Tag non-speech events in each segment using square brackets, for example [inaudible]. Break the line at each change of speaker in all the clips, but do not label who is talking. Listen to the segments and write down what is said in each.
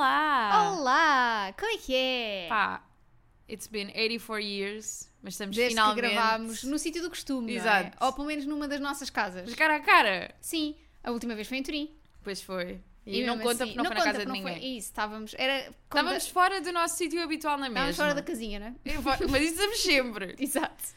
Tá. é que é?
Pá, it's been 84 years, mas estamos
Desde que
finalmente
gravámos no sítio do costume, não é?
Exato.
Ou pelo menos numa das nossas casas.
Mas cara a cara.
Sim, a última vez foi em Turim.
Pois foi. E,
mesmo
não conta
assim-
porque não, foi na
conta
casa de
porque não
ninguém.
Foi. Isso, estávamos... Era, quando-
Estávamos fora do nosso sítio habitual na mesma.
estávamos fora da casinha, né?
Eu fa- Mas isso estamos sempre.
[laughs] Exato.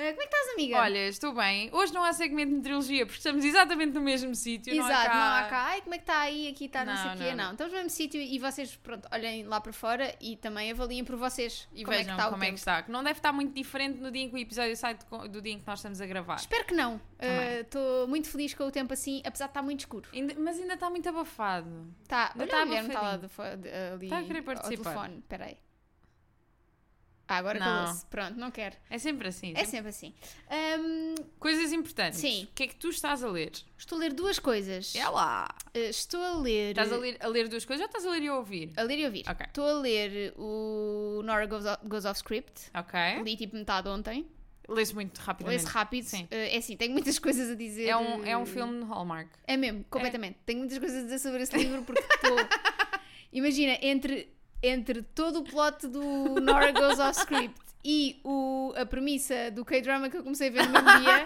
Ah, como é que estás, amiga?
Olha, estou bem. Hoje não há segmento de meteorologia porque estamos exatamente no mesmo sítio.
Exato,
não há cá.
Ai, como é que está aí, aqui está, não,
Não,
sei o quê.
não,
Não,
não.
estamos no mesmo sítio e vocês, pronto, olhem lá para fora e também avaliem por vocês
E
como é que
vejam
está o
como é que
tempo.
está. Que não deve estar muito diferente no dia em que o episódio sai do, co- do dia em que nós estamos a gravar.
Espero que não.
Também.
Ah, Estou muito feliz com o tempo assim, apesar de estar muito escuro.
Ainda- mas ainda está muito abafado.
Tá,
Olha,
tá,
um
o Guilherme está lá
bocadinho.
do fo- de- ali
Está a querer participar.
ao telefone. Espera aí. Ah, agora
Não.
calou-se. Pronto, não quero.
É sempre assim.
É
sempre-
sempre assim. Ahm,
Coisas importantes.
Sim.
O que é que tu estás a ler?
estou a ler duas coisas.
É lá.
Ah, estou a ler...
Estás a ler, a ler duas coisas ou estás a ler e a ouvir?
A ler e ouvir.
Ok.
Estou a ler o Nora Goes, Goes Off Script.
Ok.
Li tipo metade ontem.
Lês muito rapidamente.
Lê-se rápido.
Sim.
Uh, é assim, tenho muitas [laughs] coisas a dizer.
É um, é um
uh,
filme de Hallmark.
É mesmo, completamente. Tenho muitas coisas a dizer sobre esse livro porque estou.
[laughs]
Imagina, entre, entre todo o plot do Nora Goes Off Script e o, a premissa do K-drama que eu comecei a ver no mesmo
[laughs]
dia.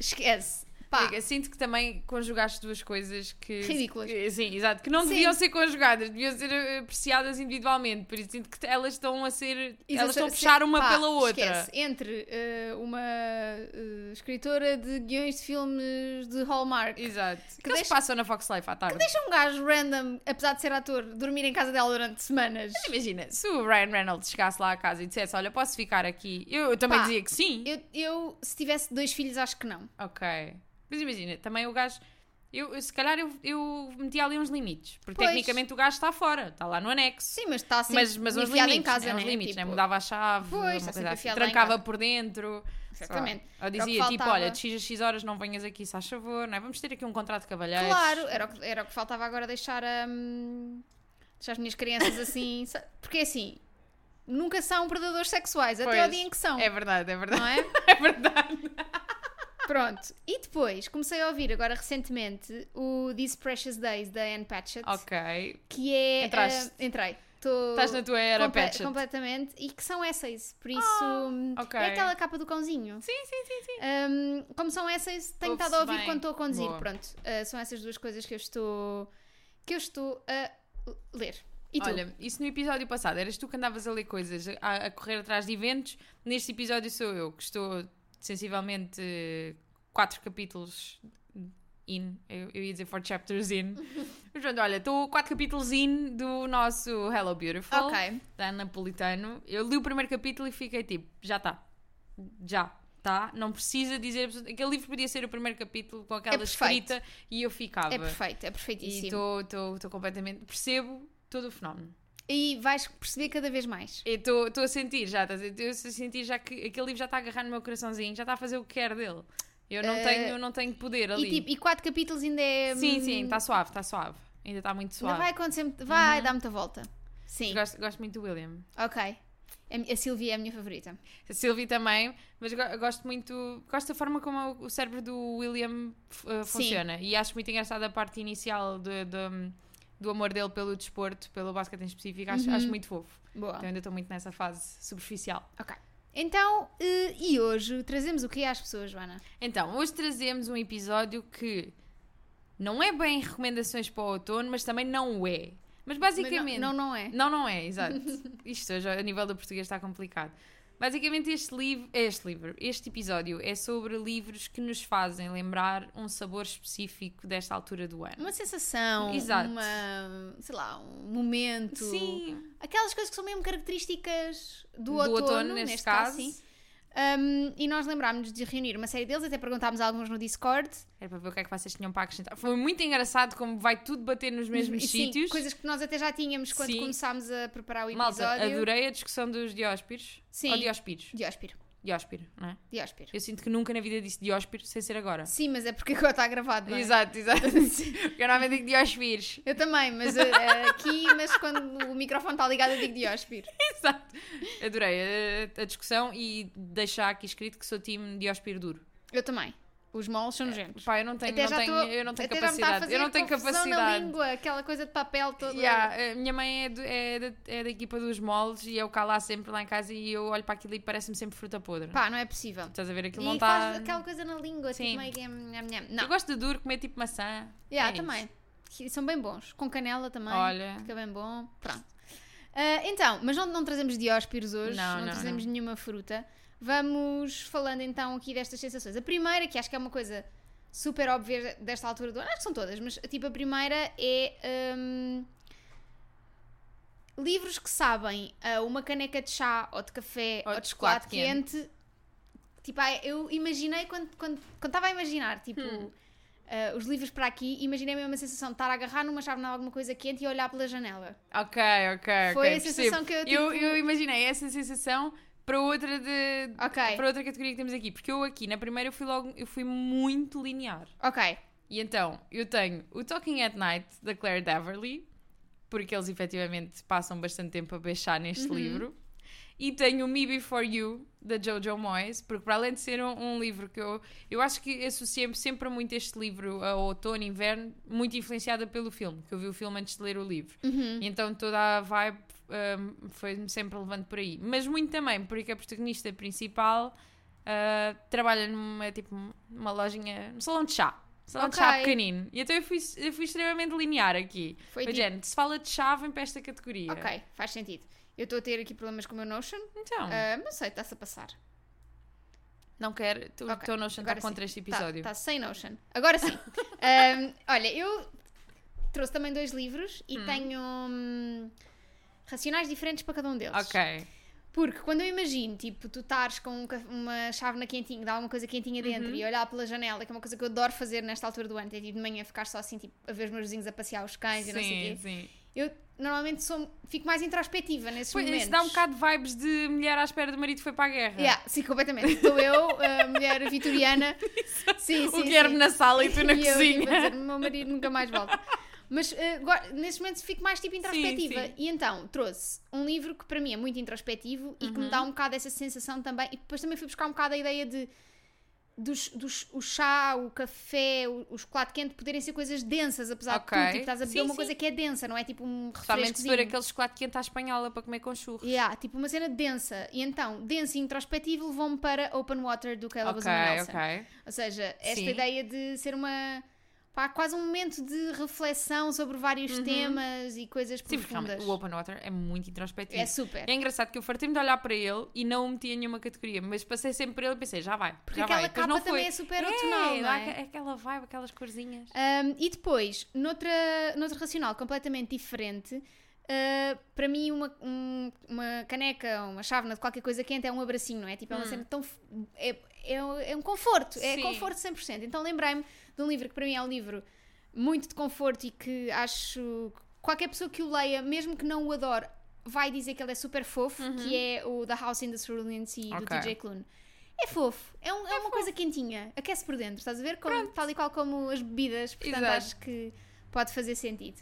Esquece. Pá,
Amiga, sinto que também conjugaste duas coisas que.
Ridículas.
que- sim, exato. Que não
Sim.
deviam ser conjugadas, deviam ser eh, apreciadas individualmente. Por isso sinto que elas estão a ser. elas estão a
Exatamente.
puxar uma
Pá,
pela outra.
Esquece. Entre eh, uma eh, escritora de guiões de filmes de Hallmark
Exato. Que, eles
deixa-
passam na Fox Life à tarde.
Deixa um gajo random, apesar de ser ator, dormir em casa dela durante semanas.
Imagina, se o Ryan Reynolds chegasse lá à casa e dissesse: Olha, posso ficar aqui? Eu, eu também
Pá,
dizia que sim.
Eu, eu, se tivesse dois filhos, acho que não.
Ok. Mas imagina, também o gajo. Eu, eu, se calhar eu, eu meti ali uns limites. Porque
Pois.
tecnicamente o gajo está fora, está lá no anexo.
Sim, mas está assim,
mas, mas uns
enfiado
limites,
em casa,
é, uns
né?
limites, né?
Tipo,
mudava a chave,
Pois, está
uma coisa
sempre
assim.
enfiado lá em
trancava
casa.
por dentro. sei lá.
Exatamente.
Ou
Era o que
dizia tipo,
faltava.
olha, de X a X horas não venhas aqui, se faz favor, não é? Vamos ter aqui um contrato de cavalheiros.
Claro, era o, que, era o que faltava agora deixar, hum, deixar as minhas
[laughs]
crianças assim. sa- Porque assim, nunca são predadores sexuais, até
Pois,
ao dia em que são.
É verdade, é verdade.
Não é?
[laughs] É verdade.
[laughs] Pronto. E depois comecei a ouvir agora recentemente o These Precious Days da Anne Patchett,
Ok.
que é.
Entraste.
ah, entrei. Tô-
Estás na tua era,
comple-
Patchett. Ah,
Completamente. E que são essays, por isso. hum,
ok.
É aquela capa do cãozinho.
Sim, sim, sim, sim.
Um, como são essas, tenho
Ouve-se
estado a ouvir
bem.
quando estou a conduzir.
Boa.
Pronto, uh, são essas duas coisas que eu estou que eu estou a ler. E tu?
Olha, isso no episódio passado, eras tu que andavas a ler coisas, a, a correr atrás de eventos. Neste episódio sou eu, que estou sensivelmente eh, quatro capítulos in. Eu, eu ia dizer four chapters
[laughs]
in. Mas pronto, olha, estou quatro capítulos in do nosso Hello Beautiful,
ok,
da Napolitano. Eu li o primeiro capítulo e fiquei tipo, já está. Já. Tá? Não precisa dizer absolutamente- aquele livro podia ser o primeiro capítulo com aquela
É perfeito.
escrita e eu ficava.
é perfeito, é
E
perfeitíssimo.
estou completamente. Percebo todo o fenómeno.
E, vais perceber cada vez mais.
Eu estou a sentir já, estás a dizer, eu estou a sentir já que aquele livro já está a agarrar no meu coraçãozinho, já está a fazer o que quer dele. Eu não,
Eh,
tenho, eu não tenho poder ali.
E, tipo, e quatro capítulos ainda é.
sim,
hum,
sim, está suave, está suave. Ainda está muito
Ainda
suave. Uhum.
vai assim. acontecer. muito- Vai dar muita volta. Sim,
Gosto, gosto muito do William.
ok. A mi- A Silvia é a minha favorita.
A Sylvie também, mas go- gosto muito. Gosto da forma como o- o cérebro do William eh,
Sim.
funciona. E acho muito engraçada a parte inicial do, do, do amor dele pelo desporto, pelo basquete em específico.
Uhum.
Acho, acho muito fofo.
Boa.
Então ainda estou muito nessa fase superficial.
Ok. Então, eh, e hoje trazemos o que às pessoas, Joana?
Então, hoje trazemos um episódio que não é bem recomendações para o outono, mas também não é. Mas
Mas não-
basicamente.
Não, não é.
não, não é, exato. [laughs] Isto hoje, a nível do português, está complicado. Basicamente, este livro, este livro, este episódio é sobre livros que nos fazem lembrar um sabor específico desta altura do ano.
Uma sensação,
Exato.
uma, sei lá, um momento.
Sim,
Aquelas coisas que são mesmo características do,
do
outono,
outono,
neste,
neste,
caso.
caso.
sim. Um, e nós lembrámos de reunir uma série deles, até perguntámos a alguns no Discord.
Era para ver o que é que vocês tinham para acrescentar. Foi muito engraçado como vai tudo bater nos mesmos
E, sim,
sítios.
Coisas que nós até já tínhamos quando
Sim.
começámos a preparar o episódio.
Malta, adorei a discussão dos dióspiros.
Sim.
Ou dióspiros.
Dióspiro.
Dióspiro, não é?
Dióspiro.
Eu sinto que nunca na vida disse Dióspiro sem ser agora.
Sim, mas é porque agora está gravado, não é?
Exato,
[laughs]
exato. Porque eu normalmente digo Dióspiros.
Eu também, mas eh, eh, aqui, mas quando o microfone está ligado, eu digo Dióspiro.
[laughs] Exato. Adorei a, a discussão e deixar aqui escrito que sou time Dióspiro duro.
Eu também. Os moles são nojentos.
Pá, eu não tenho, não
já
tenho,
tô-
eu não tenho
até já me está a
capacidade. Eu não tenho
fazer confusão na
capacidade.
língua, aquela coisa de papel todo.
Yeah, a minha mãe é, do- é da, é da equipa dos moles e eu cá lá sempre lá em casa e eu olho para aquilo e parece-me sempre fruta podre.
Pá, não é possível.
Estás a ver aquilo
E
não
faz
está.
aquela coisa na língua,
Sim.
tipo meio que... nham, nham, nham.
Eu
Não,
gosto de duro, comer tipo maçã.
yeah,
É isso.
também. Que São bem bons. Com canela também.
Olha.
Fica bem bom. Pronto. Ah, então, mas não, não trazemos dióspiros hoje.
Não, não,
trazemos nenhuma fruta. Vamos falando então aqui destas sensações. A primeira, que acho que é uma coisa super óbvia desta altura do ano, acho que são todas, mas tipo a primeira é... hum, Livros que sabem a uma caneca de chá ou de café ou, de chocolate, quente. Tipo, ah, eu imaginei quando estava quando, quando estava a imaginar, tipo, ah, os livros para aqui, imaginei mesmo a sensação de estar a agarrar numa chave de alguma coisa quente e olhar pela janela.
Ok, ok.
Foi
ok,
a sensação
percebo.
que eu, tipo-
eu eu imaginei essa sensação para outra de
Ok.
para outra categoria que temos aqui, porque eu aqui na primeira eu fui logo eu fui muito linear.
Ok,
E então, eu tenho o Talking at Night da Claire Daverly, porque eles efetivamente passam bastante tempo a beixar neste livro. E tenho o Me Before You, da Jojo Moyes, porque para além de ser um, um livro que eu... Eu acho que associei sempre muito este livro ao outono, inverno, muito influenciada pelo filme, que eu vi o filme antes de ler o livro. E então toda a vibe hum, foi-me sempre levando por aí. Mas muito também, porque a protagonista principal ah, trabalha numa, tipo, numa lojinha, num salão de chá. Salão de chá
Ok.
pequenino. E então eu fui, eu fui extremamente linear aqui.
Foi
Foi
tipo-
género, se fala de chá, vem para esta categoria.
ok, faz sentido. Eu estou a ter aqui problemas com o meu Notion,
Então,
ah, mas sei, está-se a passar.
não quero... Tu,
ok,
O teu notion está
agora
contra
sim.
este episódio.
Está Tá, sem Notion. Agora
[laughs]
sim. Ahm, olha, eu trouxe também dois livros e tenho hum, racionais diferentes para cada um deles.
Ok.
Porque quando eu imagino, tipo, tu estares com um ca- uma chávena quentinha, dá alguma coisa quentinha
Uhum.
dentro e olhar pela janela, que é uma coisa que eu adoro fazer nesta altura do ano, é tipo de manhã ficar só assim, tipo, a ver os meus vizinhos a passear os cães e não sei
Sim,
o quê.
sim.
Eu normalmente sou, fico mais introspectiva nesses
Pois,
momentos.
isso dá um bocado de vibes de mulher à espera do marido que foi para a guerra.
Yeah, sim, completamente. Estou eu, a
[laughs]
mulher vitoriana. sim,
o
sim,
Guilherme
sim.
na sala e tu [laughs] na
[laughs] E eu,
cozinha.
tipo, a dizer, meu marido nunca mais volta. Mas eh, go- neste momento fico mais tipo introspectiva.
sim.
E então trouxe um livro que para mim é muito introspectivo e que me
Uhum.
dá um bocado essa sensação também. E depois também fui buscar um bocado a ideia de dos, dos, o chá, o café, o, o chocolate quente poderem ser coisas densas, apesar
Ok.
de tudo. Tipo, estás a beber
Sim,
uma
sim.
coisa que é densa, não é tipo um
Principalmente se for
refrescozinho.
aquele chocolate quente à espanhola para comer com churros.
Yeah, tipo uma cena densa. E então, densa e introspectivo levou-me para Open Water do Caleb
Ok,
Ozone Nelson.
ok.
Ou seja, esta
Sim.
ideia de ser uma. Pá, quase um momento de reflexão sobre vários temas e coisas
Uhum. Sim, porque
profundas.
realmente o Open Water é muito introspectivo.
é super.
É engraçado que eu fartei-me de olhar para ele e não o meti em nenhuma categoria, mas passei sempre por ele e pensei, já vai.
Porque
já vai.
aquela capa
Depois não foi.
também é super outonal, não
dá
é?
aque- aquela vibe, aquelas corzinhas.
Um, e depois, noutra, noutro racional completamente diferente, uh, para mim uma, um- uma caneca, uma chávena de qualquer coisa quente é um abracinho, não é? Tipo, é uma cena tão... f- É, é, um- é um conforto, é
Hum. Sim.
conforto 100%. Então lembrei-me de um livro que para mim é um livro muito de conforto e que acho... que Qualquer pessoa que o leia, mesmo que não o adore, vai dizer que ele é super fofo, que é o The House in the Cerulean Sea, do
Uhum. Ok.
TJ Klune. É fofo, é, um- é uma coisa quentinha, aquece por dentro, estás a ver? Como, tal e qual como as bebidas, portanto
Exato.
acho que pode fazer sentido.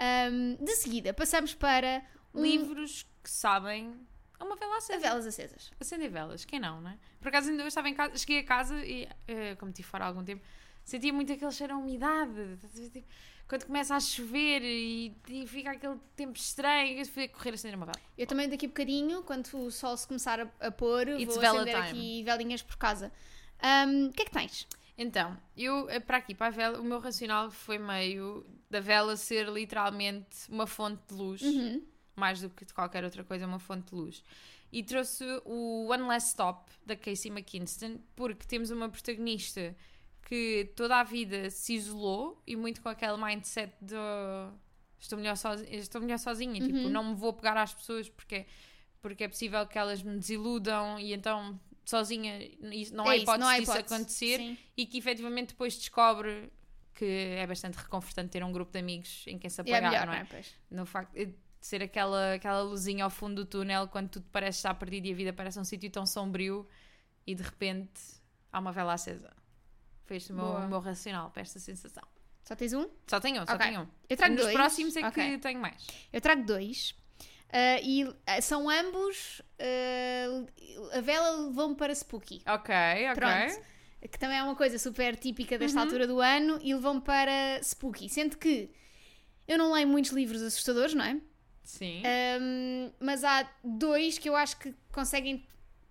Ahm, de seguida, passamos para um-
Livros que sabem. É uma vela acesa.
velas acesas.
Acender velas, quem não, não é? Por acaso ainda hoje estava em casa, cheguei a casa e, eh, como estive fora há algum tempo, sentia muito aquele cheiro a umidade. estás a ver, tipo, Quando começa a chover e, e fica aquele tempo estranho, eu fui a correr a acender uma vela.
Eu também daqui a bocadinho, quando o sol se começar a, a pôr,
It's
vou
vela
acender
time.
aqui velinhas por casa. Ahm, O que é que tens?
Então, eu, eh, para aqui, para a vela, o meu racional foi meio da vela ser literalmente uma fonte de luz,
Uhum.
mais do que de qualquer outra coisa, é uma fonte de luz. E trouxe o One Last Stop, da Casey McKinston, porque temos uma protagonista que toda a vida se isolou e muito com aquele mindset de estou melhor sozinha, estou melhor sozinha
Uhum.
tipo, não me vou pegar às pessoas porque, porque é possível que elas me desiludam e então sozinha isso- não, há
É isso,
hipótese
não há
disso
hipótese.
acontecer é
Sim.
e que efetivamente depois descobre que é bastante reconfortante ter um grupo de amigos em quem
É a
se apoiar,
melhor,
não é?
Pois.
No facto de ser aquela, aquela luzinha ao fundo do túnel quando tudo parece estar perdido e a vida parece um sítio tão sombrio e de repente há uma vela acesa. Foi este o meu,
Boa.
o meu racional para esta sensação.
Só tens um?
Só tenho um, só
Ok.
tenho um.
Eu trago
Nos
dois.
próximos é
Ok.
que tenho mais.
Eu trago dois. ah, e ah, são ambos. ah, a vela levou-me para Spooky.
Ok, ok.
Pronto. que também é uma coisa super típica desta
Uhum.
altura do ano, e levam para Spooky. Sendo que eu não leio muitos livros assustadores, não é?
Sim.
Um, mas há dois que eu acho que conseguem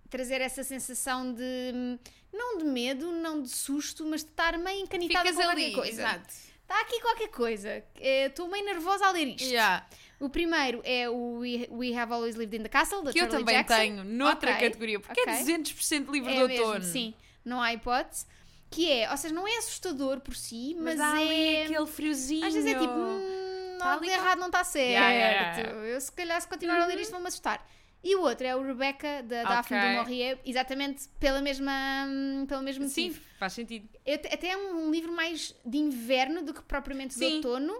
trazer essa sensação de hum, não de medo, não de susto, mas de estar meio encanitada
Ficas
com
ali,
qualquer coisa.
exato.
Está aqui qualquer coisa. Eh, Estou meio nervosa a ler isto.
Yeah.
O primeiro é o We, We Have Always Lived in the Castle, da
Que eu
Shirley
também
Jackson.
tenho, noutra
Ok,
categoria, porque
ok.
é 200% livro
É
de
mesmo,
outono.
sim. Não há hipótese. Que é, ou seja, não é assustador por si, mas,
Mas, há ali
é...
aquele friozinho.
Às vezes é tipo, hum,
Tá
algo
ali
de
qual-
errado não está certo.
Yeah, yeah, yeah. Uhum.
Eu se calhar se continuar a ler isto vão-me assustar. E o outro é o Rebecca, da Daphne
Ok.
du Maurier, exatamente pela mesma, hum, pelo mesmo
Sim,
motivo.
faz sentido.
É Até até é um livro mais de inverno do que propriamente de
Sim.
outono.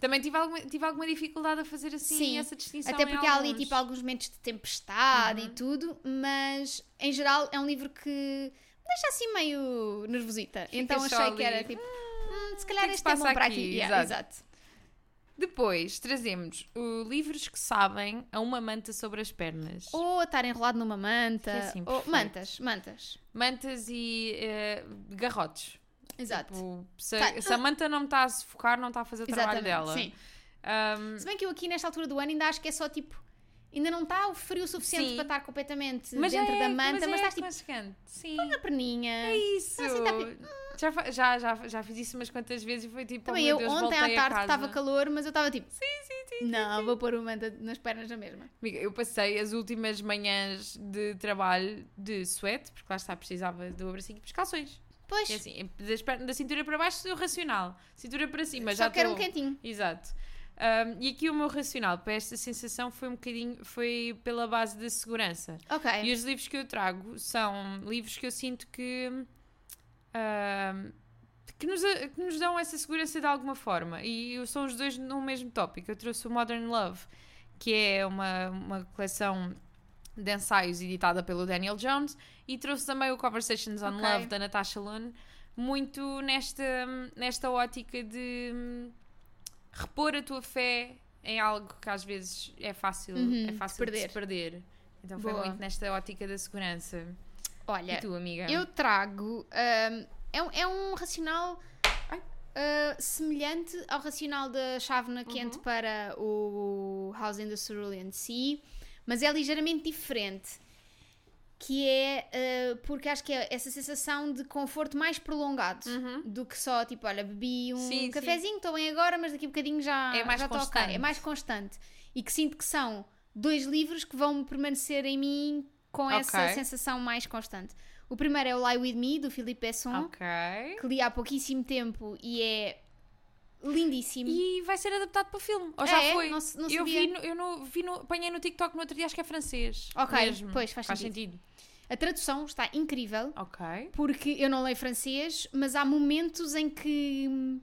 Também tive alguma, tive alguma dificuldade a fazer assim
Sim,
essa distinção.
Até
em
porque há ali
alguns.
tipo alguns momentos de tempestade
Uhum.
e tudo, mas em geral é um livro que me deixa assim meio nervosita. então
só
achei que
ali, Ah,
era tipo, "Hum, se calhar
que se
este é bom
passa
para
aqui?"
aqui. Yeah,
Exato.
exato.
Depois trazemos uh, livros que sabem a uma manta sobre as pernas.
Ou a estar enrolado numa manta.
Que é assim,
ou
perfeito. Tipo,
mantas, mantas.
Mantas e eh, garrotes.
Exato.
Tipo, se,
Tá.
se a manta não está a sufocar, não está a fazer o trabalho
Exatamente.
dela. Hum.
Sim.
Ahm,
Se bem que eu aqui nesta altura do ano ainda acho que é só tipo. Ainda não está o frio suficiente
Sim.
para estar completamente
mas
dentro
é,
da manta, mas,
é
estás tipo
aconchegante. Sim.
na perninha.
É isso.
Ah, assim, tá pi-
já, fa- já, já, já fiz isso umas quantas vezes e foi tipo.
Também
oh,
eu
meu Deus,
ontem
voltei
à
a
tarde
casa.
estava calor, mas eu estava tipo. Sim, sim, sim. Não, vou pôr o manta nas pernas na mesma.
Amiga, eu passei as últimas manhãs de trabalho de suéte, porque lá está, precisava do abracinho e dos calções.
Pois,
É assim, das pernas- da cintura para baixo sou racional, cintura para cima,
só
já
quero
tô-
um quentinho.
Exato. Um, e aqui o meu racional para esta sensação foi um bocadinho, foi pela base da segurança.
Ok.
E os livros que eu trago são livros que eu sinto que. ahm, que nos, que nos dão essa segurança de alguma forma. E eu- são os dois no mesmo tópico. Eu trouxe o Modern Love, que é uma, uma coleção de ensaios editada pelo Daniel Jones, e trouxe também o Conversations on
Ok.
Love, da Natasha Lune, muito nesta, nesta ótica de hum, repor a tua fé em algo que às vezes é fácil,
Uhum,
é
de
fácil de se
perder.
perder. Então foi
Boa.
muito nesta ótica da segurança.
Olha,
E tu, amiga?
eu trago. hum, é, um, é um racional
Ai.
uh, semelhante ao racional da chávena quente
Uhum.
para o House in the Cerulean Sea, mas é ligeiramente diferente. Que é uh, porque acho que é essa sensação de conforto mais prolongado do que só tipo, olha, bebi um
Uhum. Sim, sim.
cafezinho, estou bem agora, mas daqui a bocadinho já
É mais
já estou ok.
constante.
É mais constante. E que sinto que são dois livros que vão permanecer em mim com essa
Ok.
sensação mais constante. O primeiro é o Lie With Me, do Philippe Besson,
Ok.
que li há pouquíssimo tempo e é lindíssimo.
E vai ser adaptado para filme. Ou já
É?
foi?
Não se- não
eu
sabia.
vi, no, eu no, vi no, apanhei no TikTok no outro dia, acho que é francês.
Ok,
mesmo.
pois, faz
sentido.
A tradução está incrível,
Ok.
porque eu não leio francês, mas há momentos em que hum,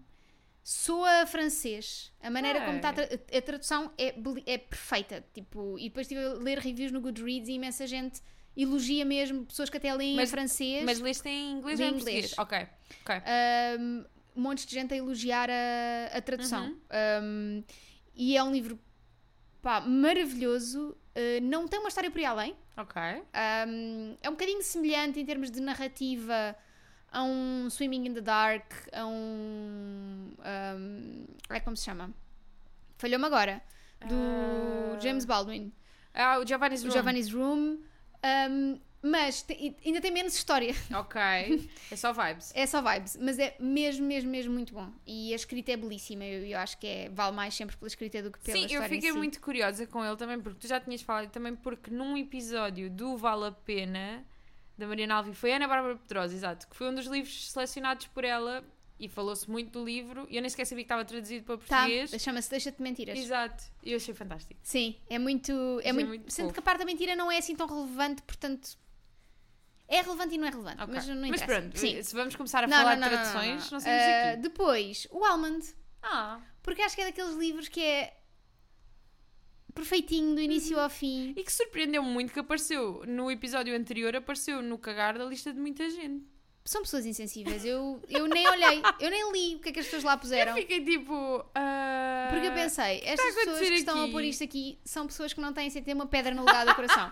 soa francês. A maneira como está a, tra- a tradução é, beli- é perfeita. Tipo, e depois estive a ler reviews no Goodreads e imensa gente elogia mesmo, pessoas que até leem
Mas-
em francês.
Mas leste em inglês
Li
ou em
em
português?
inglês.
Ok. Ok.
um, montes de gente a elogiar a, a tradução. Um, e é um livro pá, maravilhoso. uh, não tem uma história por aí além.
Ok.
Um, é um bocadinho semelhante em termos de narrativa a um Swimming in the Dark, a um. um ai, como se chama? Falhou-me agora. Do
Ah.
James Baldwin.
Ah, o Giovanni's
O
Room.
Giovanni's Room. Um, mas te- ainda tem menos história.
[laughs] Ok. É só vibes.
É só vibes, mas é mesmo, mesmo, mesmo muito bom. E a escrita é belíssima. Eu, eu acho que é, vale mais sempre pela escrita do que pela
Sim,
história
eu fiquei
em si.
muito curiosa com ele também, porque tu já tinhas falado e também, porque num episódio do Vale a Pena, da Mariana Alvi, foi a Ana Bárbara Pedrosa, exato, que foi um dos livros selecionados por ela e falou-se muito do livro e eu nem sequer sabia que estava traduzido para
Tá,
português.
chama-se Deixa-te Mentiras.
exato, e eu achei fantástico.
Sim, é muito... É
é
muito,
muito
sendo
fofo.
que a parte da mentira não é assim tão relevante, portanto... É relevante e não é relevante,
Ok.
mas não interessa.
pronto, eh,
Sim.
se vamos começar a falar de traduções, não, saímos
Ah,
aqui.
Depois, o Almond.
Ah,
Porque acho que é daqueles livros que é... Perfeitinho, do início
Uhum.
ao fim.
e que surpreendeu me muito que apareceu no episódio anterior, apareceu no cagar da lista de muita gente.
São pessoas insensíveis. Eu, eu nem olhei, eu nem li o que é que as pessoas lá puseram.
Eu fiquei tipo. ah,
Porque eu pensei, estas
a
pessoas que
acontecer
estão a
aqui?
assim,
[laughs]
pôr isto aqui são pessoas que não têm sem ter uma pedra no lugar do coração.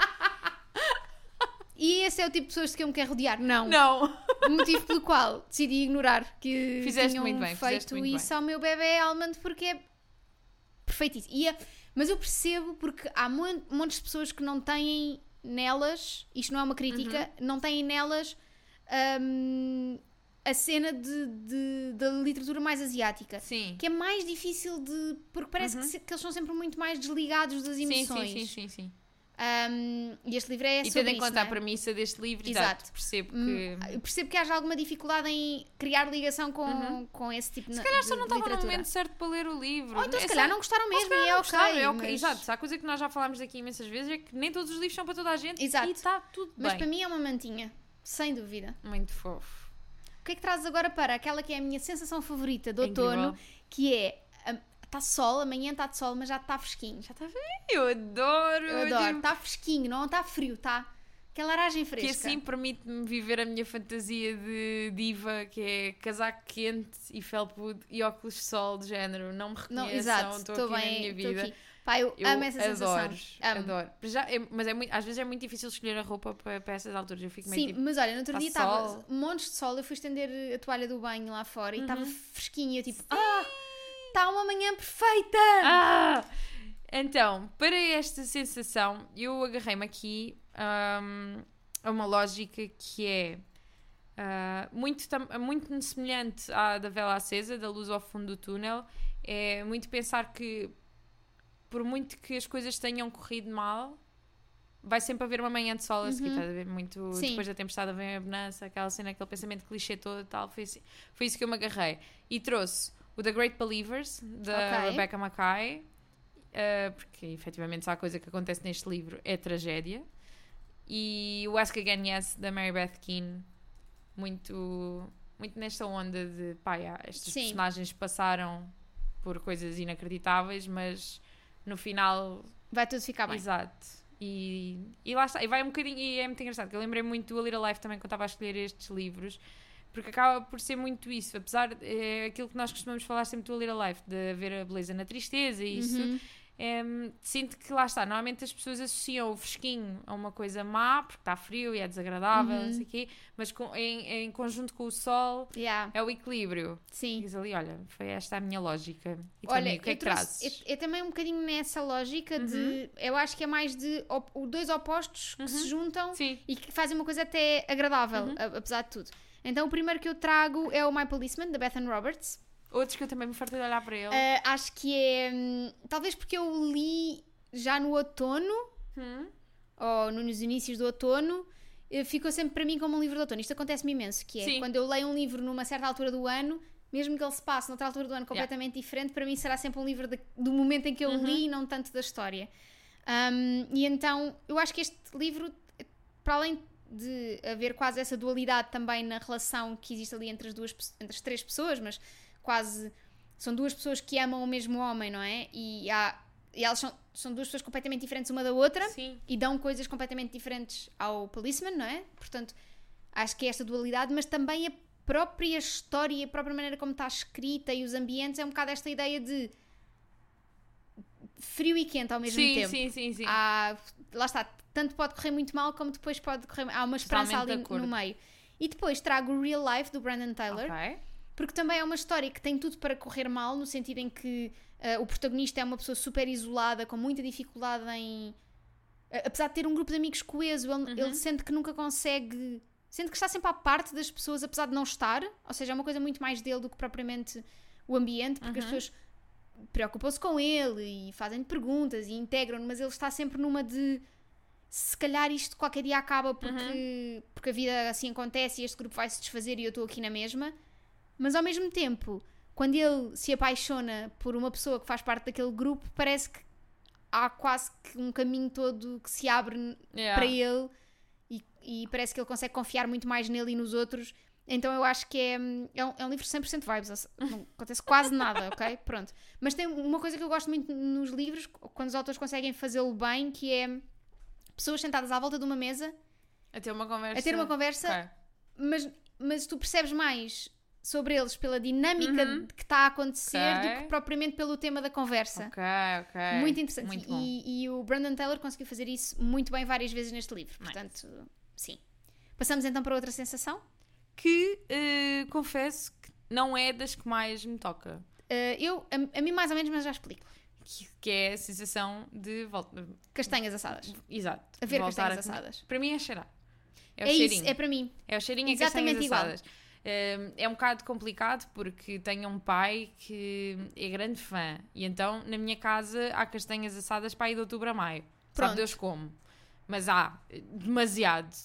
E esse é o tipo de pessoas de que eu me quero rodear. Não. [laughs]
Não.
O motivo pelo qual decidi ignorar que
Fizeste
tinham
muito bem, fizeste
feito
muito
isso ao meu bebê Almond porque é perfeitíssimo. E é- mas eu percebo porque há mon- montes de pessoas que não têm nelas, isto não é uma crítica,
Uhum.
não têm nelas hum, a cena de, de- da literatura mais asiática.
Sim.
Que é mais difícil de. Porque parece que, se- que eles são sempre muito mais desligados das
Uhum. Sim,
emoções.
sim, sim, sim, sim.
Hum, e este livro é
e
sobre
tendo em
isso,
conta
não é?
a premissa deste livro,
Exato.
exato, percebo que.
Hum, eu percebo que haja alguma dificuldade em criar ligação com, com esse tipo de
Uhum. Se calhar só não
de
estava no
literatura.
momento certo para ler o livro.
Ou então
É
se calhar
só-
não gostaram
ou se
mesmo e
calhar
é
não
ok.
gostaram, é ok.
mas-
Exato, se há coisa que nós já falámos aqui imensas vezes é que nem todos os livros são para toda a gente
Exato.
e está tudo
Mas
bem.
para mim é uma mantinha, sem dúvida.
Muito fofo.
O que é que trazes agora para aquela que é a minha sensação favorita de
É incrível.
outono, que é está sol, amanhã está de sol, mas já está fresquinho.
Já tá está a ver? Eu adoro.
Eu adoro,
tipo,
está fresquinho, não está frio, está aquela aragem
Que
fresca.
assim permite-me viver a minha fantasia de diva, que é casaco quente e felpudo e óculos de sol de género. Não me reconheçam,
não, exato,
estou
estou
aqui na minha
bem, estou
vida.
aqui. Pá, eu,
Eu
amo essa
adoro,
sensação. Amo.
adoro. Para já é- mas é muito- às vezes é muito difícil escolher a roupa para, para essas alturas. Eu fico meio
Sim,
tipo,
mas olha, no outro
tá
dia estava
sol.
montes de sol, eu fui estender a toalha do banho lá fora e
Uhum.
estava fresquinha, eu tipo, ah, está uma manhã perfeita!
Ah! Então, para esta sensação, eu agarrei-me aqui hum, a uma lógica que é ah, muito, tam- muito semelhante à da vela acesa, da luz ao fundo do túnel. É muito pensar que, por muito que as coisas tenham corrido mal, vai sempre haver uma manhã de sol a seguir, estás a ver? Muito
Sim.
depois da tempestade vem a bonança, aquela cena, aquele pensamento clichê todo e tal. Foi, assim- foi isso que eu me agarrei. E trouxe o The Great Believers, da
Ok.
Rebecca Mackay, eh, porque efetivamente se há coisa que acontece neste livro é tragédia. E o Ask Again Yes, da Mary Beth Keane, muito, muito nesta onda de pá, já, estes
Sim.
personagens passaram por coisas inacreditáveis, mas no final
Vai tudo ficar
Tá
bem.
Exato. E, e lá está. E vai um bocadinho. E é muito engraçado, que eu lembrei muito do A Little Life também quando estava a escolher estes livros, porque acaba por ser muito isso. Apesar de é, aquilo que nós costumamos falar sempre do A Little Life, de haver a beleza na tristeza e isso.
Uhum.
em, sinto que lá está. Normalmente as pessoas associam o fresquinho a uma coisa má, porque está frio e é desagradável, não sei o quê, mas com- em, em conjunto com o sol
Yeah,
é o equilíbrio. E
sim.
diz ali, olha, foi esta a minha lógica. E tu,
Olha,
amigo, o que
eu
é que
trouxe-
trazes? Uhum.
eu- eu também um bocadinho nessa lógica de. Eu acho que é mais de op- o- dois opostos que se juntam
Sim.
e que fazem uma coisa até agradável,
Uhum.
a- apesar de tudo. Então o primeiro que eu trago é o My Policeman, da Bethan Roberts.
Outros que eu também me fartei de olhar para ele.
Ah, acho que é. hum, Talvez porque eu o li já no outono,
Hum?
ou no- nos inícios do outono, eh, ficou sempre para mim como um livro de outono. Isto acontece-me imenso, que é
Sim.
quando eu leio um livro numa certa altura do ano, mesmo que ele se passe noutra altura do ano completamente diferente, para mim será sempre um livro de- do momento em que eu
Uhum.
li e não tanto da história. Um, e então, eu acho que este livro, para além de haver quase essa dualidade também na relação que existe ali entre as duas pe- entre as três pessoas, mas quase são duas pessoas que amam o mesmo homem, não é? E, há- e elas são, são duas pessoas completamente diferentes uma da outra
Sim.
e dão coisas completamente diferentes ao policeman, não é? Portanto, acho que é esta dualidade, mas também a própria história, e a própria maneira como está escrita e os ambientes é um bocado esta ideia de frio e quente ao mesmo
sim,
tempo.
Sim, sim, sim.
Há- lá está, tanto pode correr muito mal como depois pode correr. Há uma esperança
Totalmente de
ali
acordo.
no meio. E depois trago o Real Life do Brandon Taylor,
Ok.
porque também é uma história que tem tudo para correr mal, no sentido em que ah, o protagonista é uma pessoa super isolada, com muita dificuldade em. a- apesar de ter um grupo de amigos coeso, ele, ele sente que nunca consegue. Sente que está sempre à parte das pessoas, apesar de não estar. Ou seja, é uma coisa muito mais dele do que propriamente o ambiente, porque as pessoas preocupam-se com ele e fazem-lhe perguntas e integram-no, mas ele está sempre numa de. Se calhar isto qualquer dia acaba porque, porque a vida assim acontece e este grupo vai se desfazer e eu estou aqui na mesma. Mas ao mesmo tempo, quando ele se apaixona por uma pessoa que faz parte daquele grupo, parece que há quase que um caminho todo que se abre n-
Yeah.
para ele e, e parece que ele consegue confiar muito mais nele e nos outros. Então eu acho que é, hum, é um, é um livro 100% vibes, ou se- não acontece quase nada, ok? Pronto. Mas tem uma coisa que eu gosto muito nos livros, quando os autores conseguem fazê-lo bem, que é pessoas sentadas à volta de uma mesa
A ter uma conversa.
a ter uma conversa
Ok.
mas, mas tu percebes mais sobre eles pela dinâmica de- que está a acontecer do
Uhum. Ok.
que propriamente pelo tema da conversa.
Ok, ok.
Muito interessante.
Muito bom.
e, e o Brandon Taylor conseguiu fazer isso muito bem várias vezes neste livro. Portanto, Sim. Passamos então para outra sensação.
Que eh, confesso que não é das que mais me toca.
Eh, eu, a, a mim mais ou menos, mas já explico.
Que, que é a sensação de volta.
Castanhas assadas.
Exato.
A ver
voltar
castanhas
comer.
assadas.
Para mim é cheirar. É o
É, isso,
cheirinho.
é para mim.
É o cheirinho a
Exatamente
castanhas
igual.
assadas. Hum, É um bocado complicado porque tenho um pai que é grande fã e então na minha casa há castanhas assadas para ir de outubro a maio.
Pronto.
Sabe Deus como. Mas há, demasiado.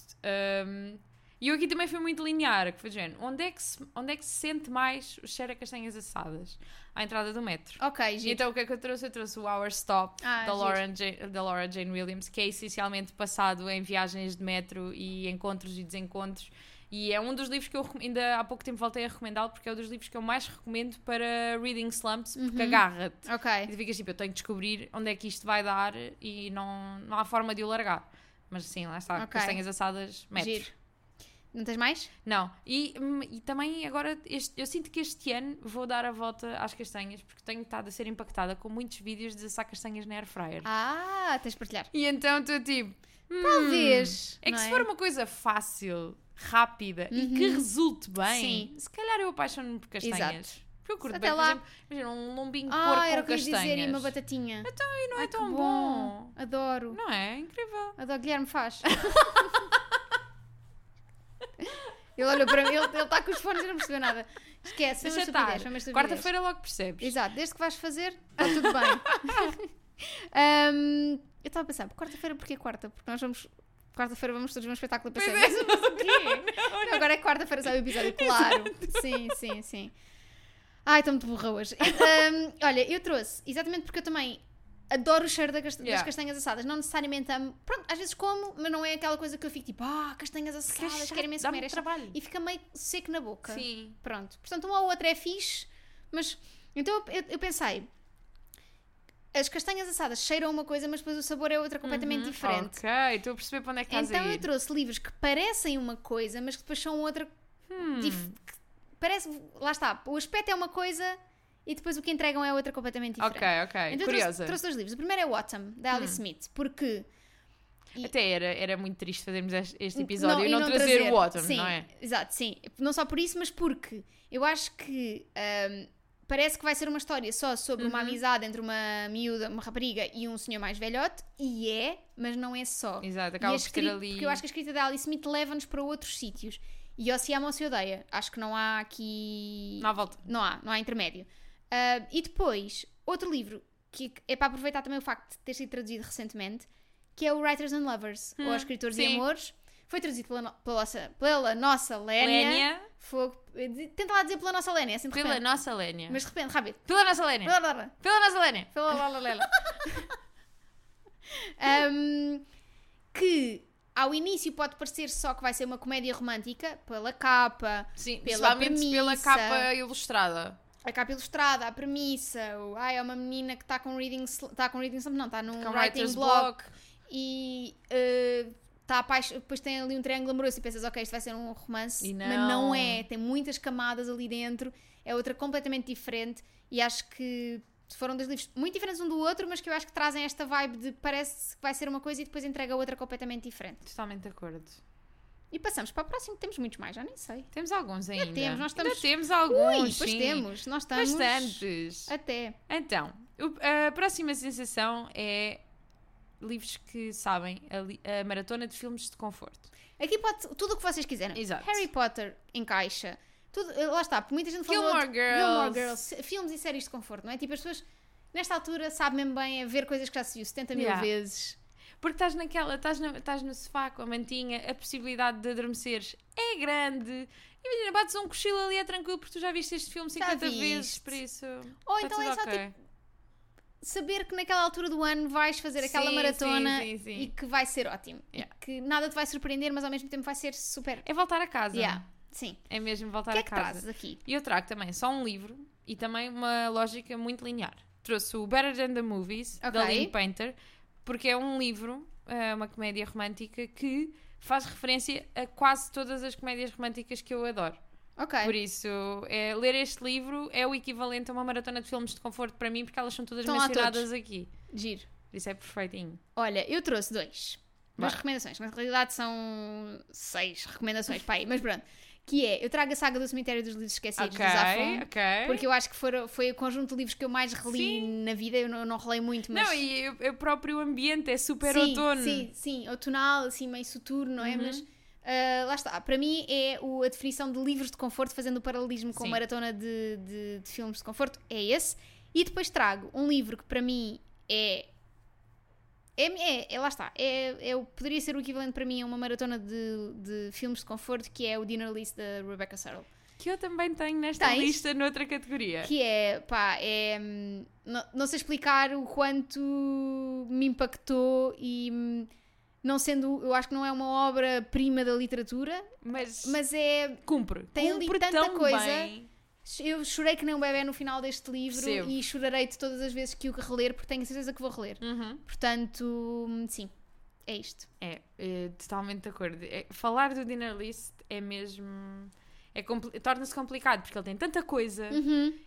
Hum, E eu aqui também fui muito linear, que foi do género, onde é que se, onde é que se sente mais o cheiro a castanhas assadas? À entrada do metro.
Ok,
E
giro.
Então o que é que eu trouxe? Eu trouxe o Hour Stop
Ah,
da,
giro.
Lauren Ja- da Laura Jane Williams, que é essencialmente passado em viagens de metro e encontros e desencontros. E é um dos livros que eu recom- ainda há pouco tempo voltei a recomendá-lo, porque é um dos livros que eu mais recomendo para reading slumps, porque
Uhum.
agarra-te. E
Ok.
tu ficas tipo, eu tenho que descobrir onde é que isto vai dar e não, não há forma de o largar. Mas sim, lá está,
Ok.
castanhas assadas, metro.
Giro. Não tens mais?
Não, e, hum, e também agora este- eu sinto que este ano vou dar a volta às castanhas porque tenho estado a ser impactada com muitos vídeos de assar castanhas na air fryer.
Ah, tens de partilhar.
E então estou tipo, hum,
Talvez.
é que
não Uhum.
se for uma coisa fácil, rápida e que resulte bem, se calhar eu apaixono-me por castanhas. Porque eu curto
Até
bem,
lá-
por exemplo, imagina um lombinho de porco
Ah, era o
com
que eu ia dizer e
castanhas.
uma batatinha.
E não é tão
Que
bom.
Adoro.
Não é? Incrível.
Adoro. Guilherme faz. [laughs] ele olhou para mim, ele está com os fones e não percebeu nada. Esquece, foi uma
Deixa
estupidez,
estar.
foi é uma estupidez.
Quarta-feira logo percebes.
Exato, desde que vais fazer, está tudo bem.
[laughs]
Ahm, eu estava a pensar, quarta-feira porquê quarta? Porque nós vamos. Quarta-feira vamos todos ver um espetáculo e
Pois
pensei,
é.
mas eu não sei o quê.
[laughs]
Não, Agora é quarta-feira, sabe o episódio? Claro. Sim, sim, sim. Ai, estou muito burra hoje. Ahm, olha, eu trouxe, exatamente porque eu também adoro o cheiro da cas- das
Yeah.
castanhas assadas. Não necessariamente amo. Pronto, às vezes como, mas não é aquela coisa que eu fico tipo, ah, castanhas assadas,
chato,
quero imenso
dá-me
comer esta.
trabalho.
E fica meio seco na boca.
Sim.
Pronto. Portanto, uma ou outra é fixe, mas. Então eu, eu pensei. As castanhas assadas cheiram uma coisa, mas depois o sabor é outra completamente diferente.
Uhum, Ok, estou a perceber para onde é que estás
Então
a
eu
ir.
trouxe livros que parecem uma coisa, mas que depois são outra.
Hum.
dif- que Parece. Lá está. O aspecto é uma coisa e depois o que entregam é outra completamente diferente.
Ok, ok.
Então eu
Curiosa.
Trouxe,
Hum.
trouxe dois livros. O primeiro é o Autumn, da Alice Smith, porque. e-
Até era, era muito triste fazermos este este episódio e
e
não, trazer, o Autumn,
sim,
não é?
Exato, sim. Não só por isso, mas porque eu acho que ahm, parece que vai ser uma história só sobre
Uhum.
uma amizade entre uma miúda, uma rapariga e um senhor mais velhote, e é, mas não é só.
Exato,
E a
acaba por ser
escrita-
ali.
Porque eu acho que a escrita da Alice Smith leva-nos para outros sítios. E ou se ama ou se odeia. Acho que não há aqui.
Não há volta.
Não há, não há intermédio. Ah, e depois, outro livro que é para aproveitar também o facto de ter sido traduzido recentemente, que é o Writers and Lovers, ou Escritores e
Hum, sim.
Amores. Foi traduzido pela, no- pela nossa, pela nossa Lénia.
Lénia.
Fogo. eh, de- Tenta lá dizer pela nossa Lénia, assim de
Pela
repente.
nossa Lénia.
Mas de repente, rápido.
Pela nossa Lénia.
Blá, blá, blá.
Pela nossa Lénia.
Pela lá, lá, lá, lá. Um, que ao início pode parecer só que vai ser uma comédia romântica, pela capa,
[laughs] Sim,
Pela
principalmente pela
premissa.
capa ilustrada.
a capa ilustrada, a premissa, o, ai, é uma menina que está com reading, está com reading slump", não, está num writing
Com é um writer's
block
block.
e uh, tá apaix- depois tem ali um triângulo amoroso e pensas, ok, isto vai ser um romance,
E
mas não
não.
é, tem muitas camadas ali dentro, é outra completamente diferente e acho que foram dois livros muito diferentes um do outro, mas que eu acho que trazem esta vibe de parece que vai ser uma coisa e depois entrega outra completamente diferente.
Totalmente de acordo.
E passamos para o próximo, temos muitos mais, já nem sei.
Temos alguns ainda.
temos, nós
Ainda
estamos-
temos
Ui,
alguns.
pois
sim.
temos, nós estamos
Bastantes.
até.
Então, o- a próxima sensação é livros que sabem a li- a maratona de filmes de conforto.
Aqui pode tudo o que vocês quiserem.
Exato.
Harry Potter encaixa. Tudo, eh, lá está, muita gente falou
Gilmore
de-
Girls.
Gilmore Girls, filmes e séries de conforto, não é? Tipo, as pessoas nesta altura sabem mesmo bem é ver coisas que já se viu 70 mil
Yeah.
vezes.
Porque estás naquela, estás, na- estás no sofá com a mantinha, a possibilidade de adormeceres é grande. Imagina, bates um cochilo ali, é tranquilo, porque tu já viste este filme 50
viste.
vezes, por isso.
Ou
tá
então
tudo
é só, tipo,
ok.
Saber que naquela altura do ano vais fazer aquela
Sim,
maratona
sim, sim, sim.
e que vai ser ótimo.
Yeah.
E que nada te vai surpreender, mas ao mesmo tempo vai ser super.
É voltar a casa.
Yeah. Sim.
É mesmo
O
voltar
que é
a
que
casa.
trazes aqui?
E eu trago também só um livro e também uma lógica muito linear. Trouxe o Better Than the Movies, da
Ok.
Lynn Painter, porque é um livro, eh, uma comédia romântica, que faz referência a quase todas as comédias românticas que eu adoro.
Ok.
Por isso, é, ler este livro é o equivalente a uma maratona de filmes de conforto para mim, porque elas são todas
Estão lá
mencionadas aqui.
Giro.
Por Isso é perfeitinho.
Olha, eu trouxe dois. Duas
Vá.
recomendações, que na realidade são seis recomendações para aí, mas pronto. Que é, eu trago a saga do Cemitério dos Livros Esquecidos
Ok,
do Zafon,
ok.
um, porque eu acho que foram- foi o conjunto de livros que eu mais reli
Sim.
na vida, eu não, eu não relei muito, mas...
Não, e o- o próprio ambiente é super
sim,
outono. Uhum.
Sim, sim, outonal, assim, meio soturno, não é? Mas ah, lá está. Para mim é o- a definição de livros de conforto, fazendo o paralelismo com
Sim.
maratona de, de- de filmes de conforto, é esse. E depois trago um livro que para mim é. É, é- é- lá está. É, é o- poderia ser o equivalente para mim a uma maratona de, de filmes de conforto, que é o Dinner List da Rebecca Searle.
Que eu também tenho nesta
Tens?
lista noutra categoria.
Que é, pá, é. hum, Não, não sei explicar o quanto me impactou e. hum, Não sendo. Eu acho que não é uma obra-prima da literatura,
Mas,
mas é.
cumpre.
tem ali
cumpre
tanta
tão
coisa.
bem.
Eu chorei que nem um bebê no final deste livro
Percebo.
e chorarei de todas as vezes que o reler, porque tenho certeza que vou reler.
Uhum.
Portanto, hum, sim, é isto.
É, eh, totalmente de acordo. É, falar do Dinner List é mesmo. É compli- Torna-se complicado porque ele tem tanta coisa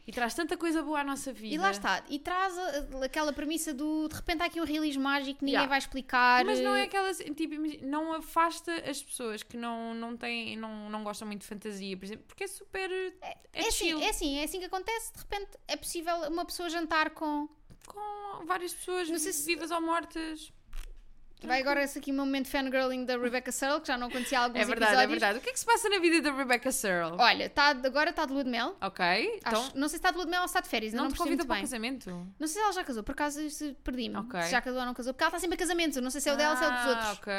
e traz tanta coisa boa à nossa Uhum. vida.
Hum. Uhum. E lá está. E traz a- aquela premissa do de repente há aqui um realismo mágico que ninguém
Yeah.
vai explicar. eh,
Mas não é aquela. Tipo, imagi- não afasta as pessoas que não, não têm. Não, não gostam muito de fantasia, por exemplo, porque é super. É,
É
chill.
assim, é assim, é assim que acontece. De repente é possível uma pessoa jantar com.
Com várias pessoas
Não sei se-
vivas ou mortas.
Vai agora esse aqui meu momento fangirling da Rebecca Searle, que já não acontecia há alguns
É verdade, é
episódios.
verdade. O que é que se passa na vida da Rebecca Searle?
Olha, tá, agora está de lua de mel.
Ok, então.
Oh, Acho- não sei se está de lua de mel ou se está de férias, ainda
não,
não,
te
percebi
convidou
muito
para o
bem.
casamento?
Não sei se ela já casou, por acaso se- perdi-me.
Ok.
Se já casou ou não casou, porque ela está sempre a casamentos, eu não sei se é o dela ou se é o dos
Ah,
outros.
Ok.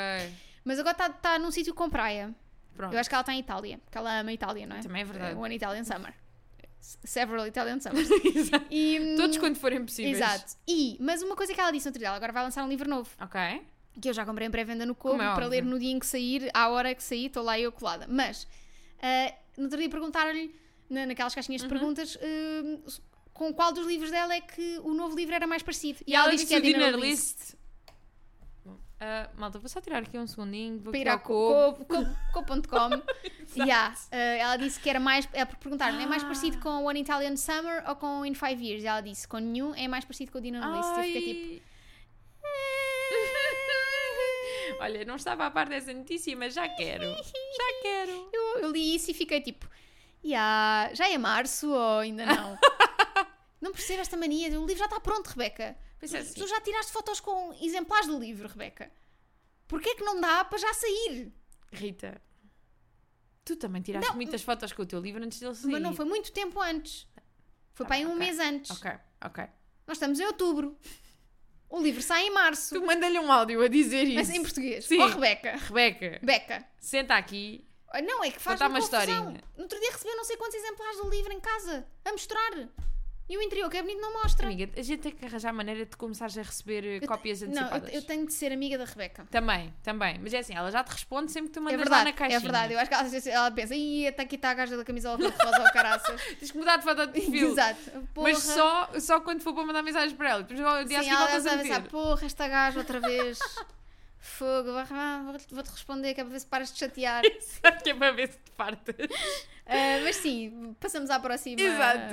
Mas agora está tá num sítio com praia.
Pronto.
Eu acho que ela está em Itália, porque ela ama a Itália, não é?
Também
[laughs]
é verdade.
One Italian Summer.
[laughs]
S- Several Italian Summers.
Exato.
E, hum,
Todos quando forem possíveis.
Exato. E, mas uma coisa que ela disse no outro dia, ela agora vai lançar um livro novo.
Ok.
que eu já comprei em pré-venda no Como
Como é
para
óbvio.
ler no dia em que sair, à hora que sair, estou lá eu colada. Mas, ah, no outro dia perguntaram-lhe, na, naquelas caixinhas
Uhum.
de perguntas, hum, s- com qual dos livros dela é que o novo livro era mais parecido. E, ela, diz que é
o
Dinner
Dinner
List.
List. Ah, malta, vou só tirar aqui um segundinho. Vou
Para ir
tirar
à
o copo.
co- co-
[laughs]
co.com. yeah. Ah, ela disse que era mais. É porque perguntaram, é mais
Ah.
parecido com One Italian Summer ou com In Five Years? E ela disse, com nenhum, é mais parecido com o Dinner List. Eu fiquei tipo.
Ai. [laughs] Olha, não estava a par dessa notícia, mas já quero. Já quero.
[laughs] Eu, eu li isso e fiquei tipo, "Ya, já é março ou ainda
[laughs]
não? não percebo esta mania, o livro já está pronto, Rebeca.
Pensei assim.
Tu já tiraste fotos com exemplares do livro, Rebeca. Porquê que não dá para já sair?
Rita, tu também tiraste muitas fotos com o teu livro antes dele sair.
Mas não foi muito tempo antes. Foi para aí um
Ah, ok,
mês antes.
Ok, ok.
Nós estamos em outubro. O livro sai em março.
Tu manda-lhe um áudio a dizer isso.
Mas em português.
Sim.
Oh, Rebeca.
Rebeca,
Beca.
senta aqui.
Oh, Não, é que faz
Contar
uma
uma
confusão.
historinha.
No outro dia recebeu não sei quantos exemplares do livro em casa. A mostrar. E o interior, que é bonito, não mostra.
Amiga, a gente tem que arranjar maneira de começares a receber eh,
Eu te-
cópias
Não,
antecipadas.
eu- eu, tenho de ser amiga da Rebeca.
Também, também. Mas é assim, ela já te responde sempre que tu
É
mandas lá
verdade,
na caixinha.
é verdade. Eu acho que ela, às vezes ela pensa, ih, até aqui está a gaja da camisola cor de rosa ou
[laughs]
caraças.
Tens que mudar de foto de perfil.
Exato. Porra.
Mas só, só quando for para mandar mensagens para ela. Depois no
Sim,
dia a seguir
ela
voltas
deve
a
pensar,
meter.
porra, esta gaja outra
[laughs]
vez. Fogo, vá- vá, vou-te vou-te responder, que é para ver se paras de
[laughs]
chatear.
Sabe que é para ver se te partas.
Ah, mas sim, passamos à próxima.
Exato.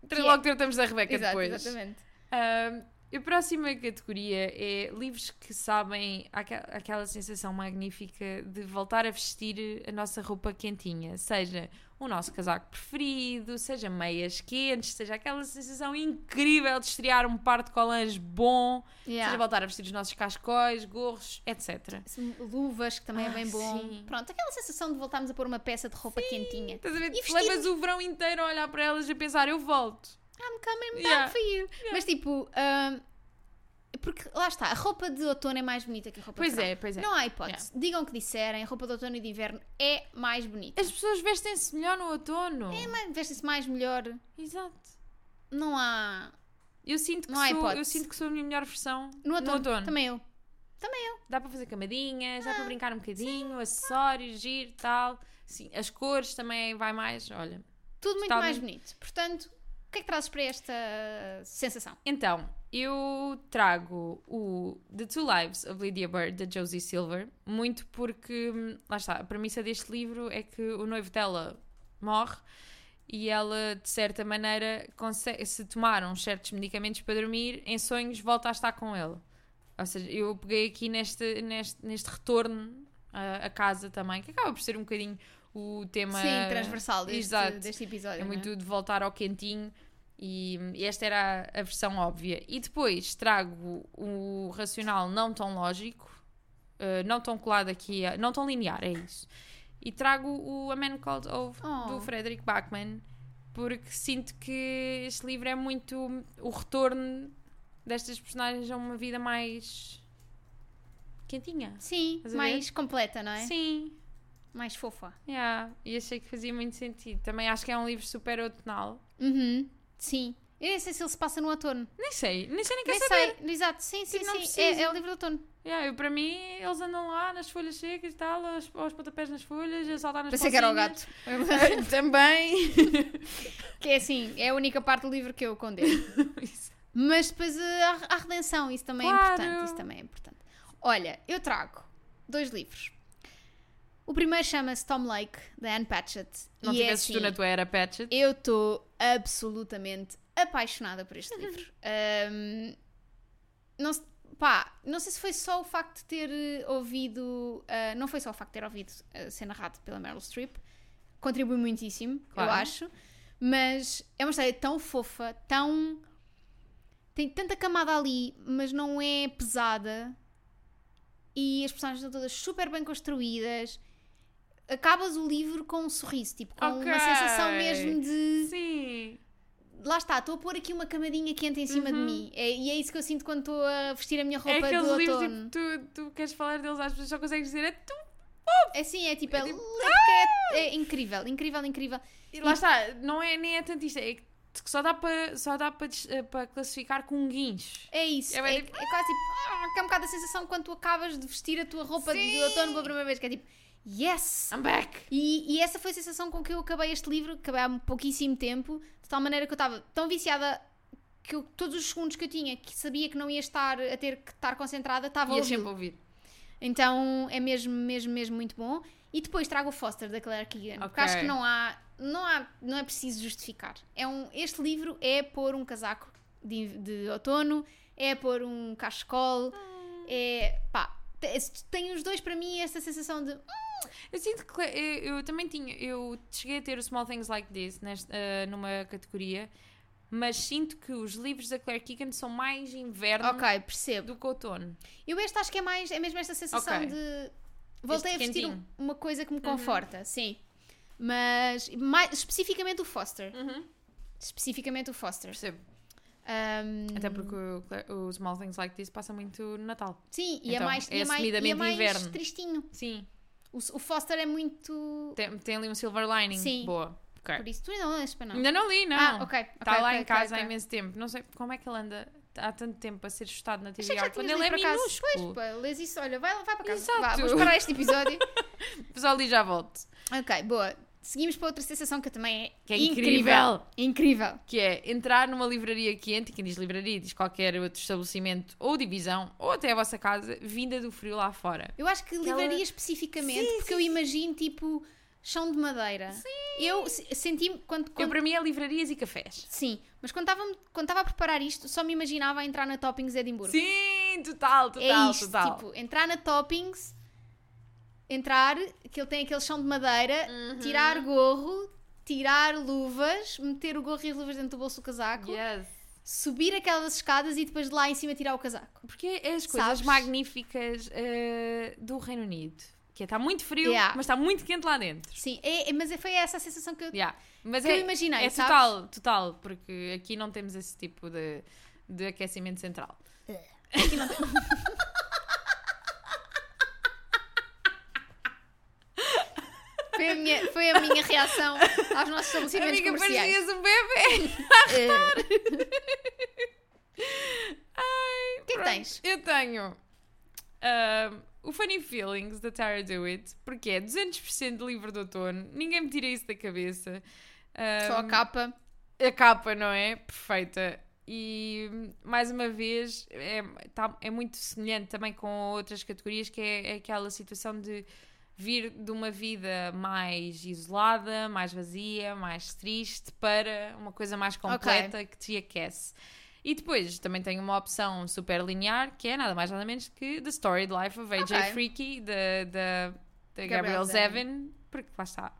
Que
Tra-
é-
eh, Logo tratamos da Rebeca
Exato,
depois.
Exatamente.
Ahm, a próxima categoria é livros que sabem aque- aquela sensação magnífica de voltar a vestir a nossa roupa quentinha, seja o nosso casaco preferido, seja meias quentes, seja aquela sensação incrível de estrear um par de colãs bom, seja
Yeah.
voltar a vestir os nossos cascóis, gorros, etc.
Luvas, que também é
Ah,
bem bom.
sim.
Pronto, aquela sensação de voltarmos a pôr uma peça de roupa quentinha.
Estás a ver?
vestir-
Levas o verão inteiro a olhar para elas e a pensar, eu volto.
I'm coming back
Yeah.
for you. Mas tipo, hum, porque lá está, a roupa de outono é mais bonita que a roupa
Pois
de verão.
é, pois é.
Não há hipótese. Digam o que disserem, a roupa de outono e de inverno é mais bonita.
As pessoas vestem-se melhor no outono.
Mas Vestem-se mais melhor.
Exato.
Não há.
Eu sinto que,
Não há
sou, eu
hipótese.
sinto que sou a minha melhor versão
No outono. Também Ah, eu.
Dá para fazer camadinhas, dá para brincar um bocadinho, acessórios, giro, tal. Sim, as cores também vai mais, olha.
Tudo muito mais
Totalmente.
bonito. Portanto, o que é que trazes para esta sensação?
Então, eu trago o The Two Lives of Lydia Bird, da Josie Silver, muito porque, hum, lá está, a premissa deste livro é que o noivo dela morre e ela, de certa maneira, consegue, se tomar uns certos medicamentos para dormir, em sonhos volta a estar com ele. Ou seja, eu peguei aqui neste, neste, neste retorno ah, à, à casa também, que acaba por ser um bocadinho o tema.
Sim, transversal deste,
Exato.
deste episódio.
É
não
muito de voltar ao quentinho e, e esta era a, a versão óbvia. E depois trago o racional não tão lógico, eh, não tão colado aqui, a- não tão linear, é isso. E trago o A Man Called Ove
Oh.
do Frederick Bachman, porque sinto que este livro é muito o retorno destas personagens a uma vida mais quentinha.
Sim,
Estás a
mais completa, não é?
Sim,
Mais fofa.
yeah. e achei que fazia muito sentido. Também acho que é um livro super outonal.
Uhum. Sim. Eu nem sei se ele se passa no outono.
Nem sei, nem sei nem quero
Nem
saber.
sei. Exato. Sim, sim,
Tipo, não
sim. É,
preciso.
é o livro de outono.
Yeah, eu, para mim, eles andam lá nas folhas secas e tal, aos, aos pontapés nas folhas, a saltar nas
Pensei que era o
pocinhas.
gato.
[laughs] Também.
que é assim, é a única parte do livro que eu condeno.
[laughs] Isso.
Mas depois a, a redenção, isso também é
Claro.
importante. Isso também é importante. Olha, eu trago dois livros. O primeiro chama-se Tom Lake, da Anne Patchett.
Não
e é
tivesses tu
assim,
na tua era, Patchett.
Eu estou absolutamente apaixonada por este
[laughs]
livro. Ahm, não, se- pá, não sei se foi só o facto de ter eh, ouvido. ah, não foi só o facto de ter ouvido eh, ser narrado pela Meryl Streep. Contribui muitíssimo,
Claro.
eu acho. Mas é uma história tão fofa, tão. Tem tanta camada ali, mas não é pesada. E as personagens estão todas super bem construídas. Acabas o livro com um sorriso, tipo, com
Ok.
uma sensação mesmo de
Sim.
lá está, estou a pôr aqui uma camadinha quente em cima de mim. É- e é isso que eu sinto quando estou a vestir a minha
Uhum. É
roupa do
aqueles livros,
outono.
tipo, tu, tu queres falar deles às pessoas, só consegues dizer, é tu.
É assim, é tipo, é,
É tipo,
é- é incrível, incrível, incrível.
E lá está, não é, nem é tanto isto, é que só dá para só dá para des- eh, para classificar com um guincho.
É isso,
É
é,
bem
é
tipo,
quase tipo, ah, que é um bocado a sensação quando tu acabas de vestir a tua roupa de
Sim.
outono pela primeira vez, que é tipo, yes!
I'm back.
E, e essa foi a sensação com que eu acabei este livro, acabei há pouquíssimo tempo, de tal maneira que eu estava tão viciada que eu, todos os segundos que eu tinha, que sabia que não ia estar a ter que estar concentrada, estava a
Ias
ouvir.
sempre ouvir.
Então é mesmo, mesmo, mesmo muito bom. E depois trago o Foster da Claire Keegan, porque
Ok.
acho que não há, não há, não é preciso justificar. É um, este livro é pôr um casaco de, de outono, é pôr um cachecol, é pá, te- tem os dois para mim essa sensação de "Hum,
Eu sinto que eh, eu, eu também tinha, eu cheguei a ter o Small Things Like This nesta, eh, numa categoria, mas sinto que os livros da Claire Keegan são mais inverno
ok, percebo.
do que outono.
Eu este acho que é mais, é mesmo esta sensação
Ok.
de voltei
Este
a vestir
quentinho. Uhum.
um- uma coisa que me conforta, sim. Mas mais, especificamente o Foster,
Uhum.
especificamente o Foster.
Percebo.
Ahm,
Até porque o, Cla- o Small Things Like This passa muito no Natal.
Sim, e é
Então,
mais, e
é
é mais, e é
assumidamente
mais
inverno.
tristinho.
Sim.
O, o Foster é muito.
Tem, tem ali um silver lining.
Sim.
Boa. Ok.
Por isso, tu ainda não lês para não.
Ainda não li, não.
Ah, ok.
Está
ok,
lá
ok,
em
ok,
casa há
ok.
imenso tempo. Não sei como é que ele anda há tanto tempo a ser estudado na
Achei que já
TVR quando
tinhas
ele é
lido para casa.
minúsculo.
Pois, pá, lês isso, olha, vai, vai para casa.
Exato.
Vá, vamos parar este
[laughs]
episódio.
Pessoal, ali já volto.
ok, boa. Seguimos para outra sensação que também é,
Que é incrível.
Incrível.
que é entrar numa livraria quente, e quem diz livraria diz qualquer outro estabelecimento ou divisão, ou até a vossa casa, vinda do frio lá fora.
Eu acho que livraria
Aquela-
especificamente, porque eu imagino tipo chão de madeira. Sim. Eu se- senti-me quando.
Eu,
quando-
para mim é livrarias e cafés.
Sim, mas quando estava quando estava a preparar isto, só me imaginava a entrar na Toppings Edimburgo.
Sim, total, total,
é isto,
total.
tipo, entrar na Toppings, entrar, que ele tem aquele chão de madeira,
Uhum.
tirar gorro, tirar luvas, meter o gorro e as luvas dentro do bolso do casaco,
Yes.
subir aquelas escadas e depois de lá em cima tirar o casaco.
Porque é as coisas
Sabes?
magníficas eh, do Reino Unido. Que está muito frio,
Yeah.
mas está muito quente lá dentro.
Sim, é- é- mas foi essa a sensação que eu...
Yeah. Mas
Que
é,
eu imaginei,
é
sabes?
total, total, porque aqui não temos esse tipo de, de aquecimento central.
Foi a minha, foi a minha
[laughs]
reação aos nossos estabelecimentos
Amiga,
comerciais.
parecias um
[laughs]
bebê.
Eh,
Ai,
O que é que
pronto.
tens?
Eu tenho ahm, o Funny Feelings da Tara DeWitt, porque é 200% de livro de outono, ninguém me tira isso da cabeça. Ah, Ahm,
só a capa.
a capa, não é? Perfeita. E mais uma vez é, tá- é muito semelhante também com outras categorias, que é, é aquela situação de vir de uma vida mais isolada, mais vazia, mais triste, para uma coisa mais completa que te aquece. E depois também tem uma opção super linear que é nada mais nada menos que The Storied Life of AJ
Ok.
Freaky da da- da
Gabrielle
Gabrielle
Zevin.
Zevin, porque lá está.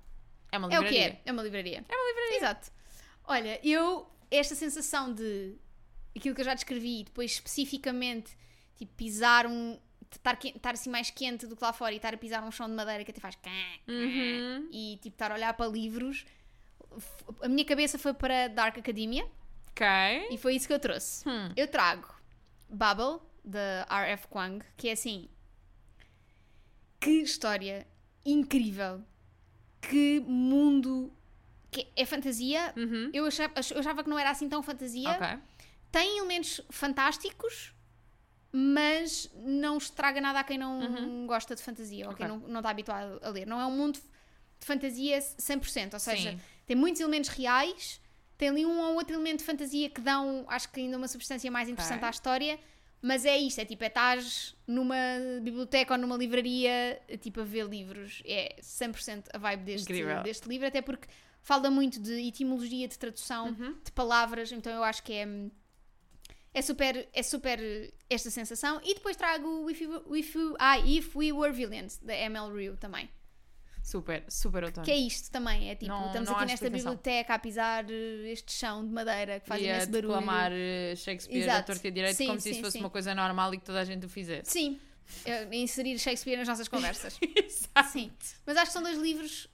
É uma
É o que
livraria.
é, é uma livraria. É uma livraria. Exato. Olha, eu, esta sensação de aquilo que eu já descrevi, e depois especificamente, tipo, pisar um. Estar, quen- estar assim mais quente do que lá fora e estar a pisar um chão de madeira que até faz.
Uhum.
E tipo, estar a olhar para livros. F- A minha cabeça foi para Dark Academia
Ok.
e foi isso que eu trouxe.
Hum.
Eu trago Bubble, da R.F. Kuang, que é assim. Que história incrível! Que mundo! Que é fantasia.
Uhum.
Eu achava, ach- eu achava que não era assim tão fantasia.
Ok.
Tem elementos fantásticos, mas não estraga nada a quem não gosta de fantasia ou
Uhum. Ok.
quem não, não está habituado a ler. Não é um mundo de fantasia 100%, ou seja,
Sim.
tem muitos elementos reais, tem ali um ou outro elemento de fantasia que dão, acho que ainda uma substância mais interessante
Ok.
à história, mas é isto, é tipo, é estás numa biblioteca ou numa livraria, tipo, a ver livros, é 100% a vibe deste,
Incrível.
deste livro, até porque fala muito de etimologia, de tradução,
Uhum.
de palavras, então eu acho que é... É super, é super esta sensação. E depois trago o If, You- If, You- ah, If We Were Villains, da ML Ryu também.
Super, super outono.
Que é isto também, é tipo,
Não-
estamos
não há
aqui nesta
explicação.
biblioteca a pisar eh, este chão de madeira que faz
e a
imenso barulho.
declamar eh, Shakespeare
Exato.
à torta e direito
Sim,
como se
sim,
isso fosse
sim.
uma coisa normal e que toda a gente o fizesse.
Sim, eh, inserir Shakespeare nas nossas conversas.
[laughs] Exato.
sim, mas acho que são dois livros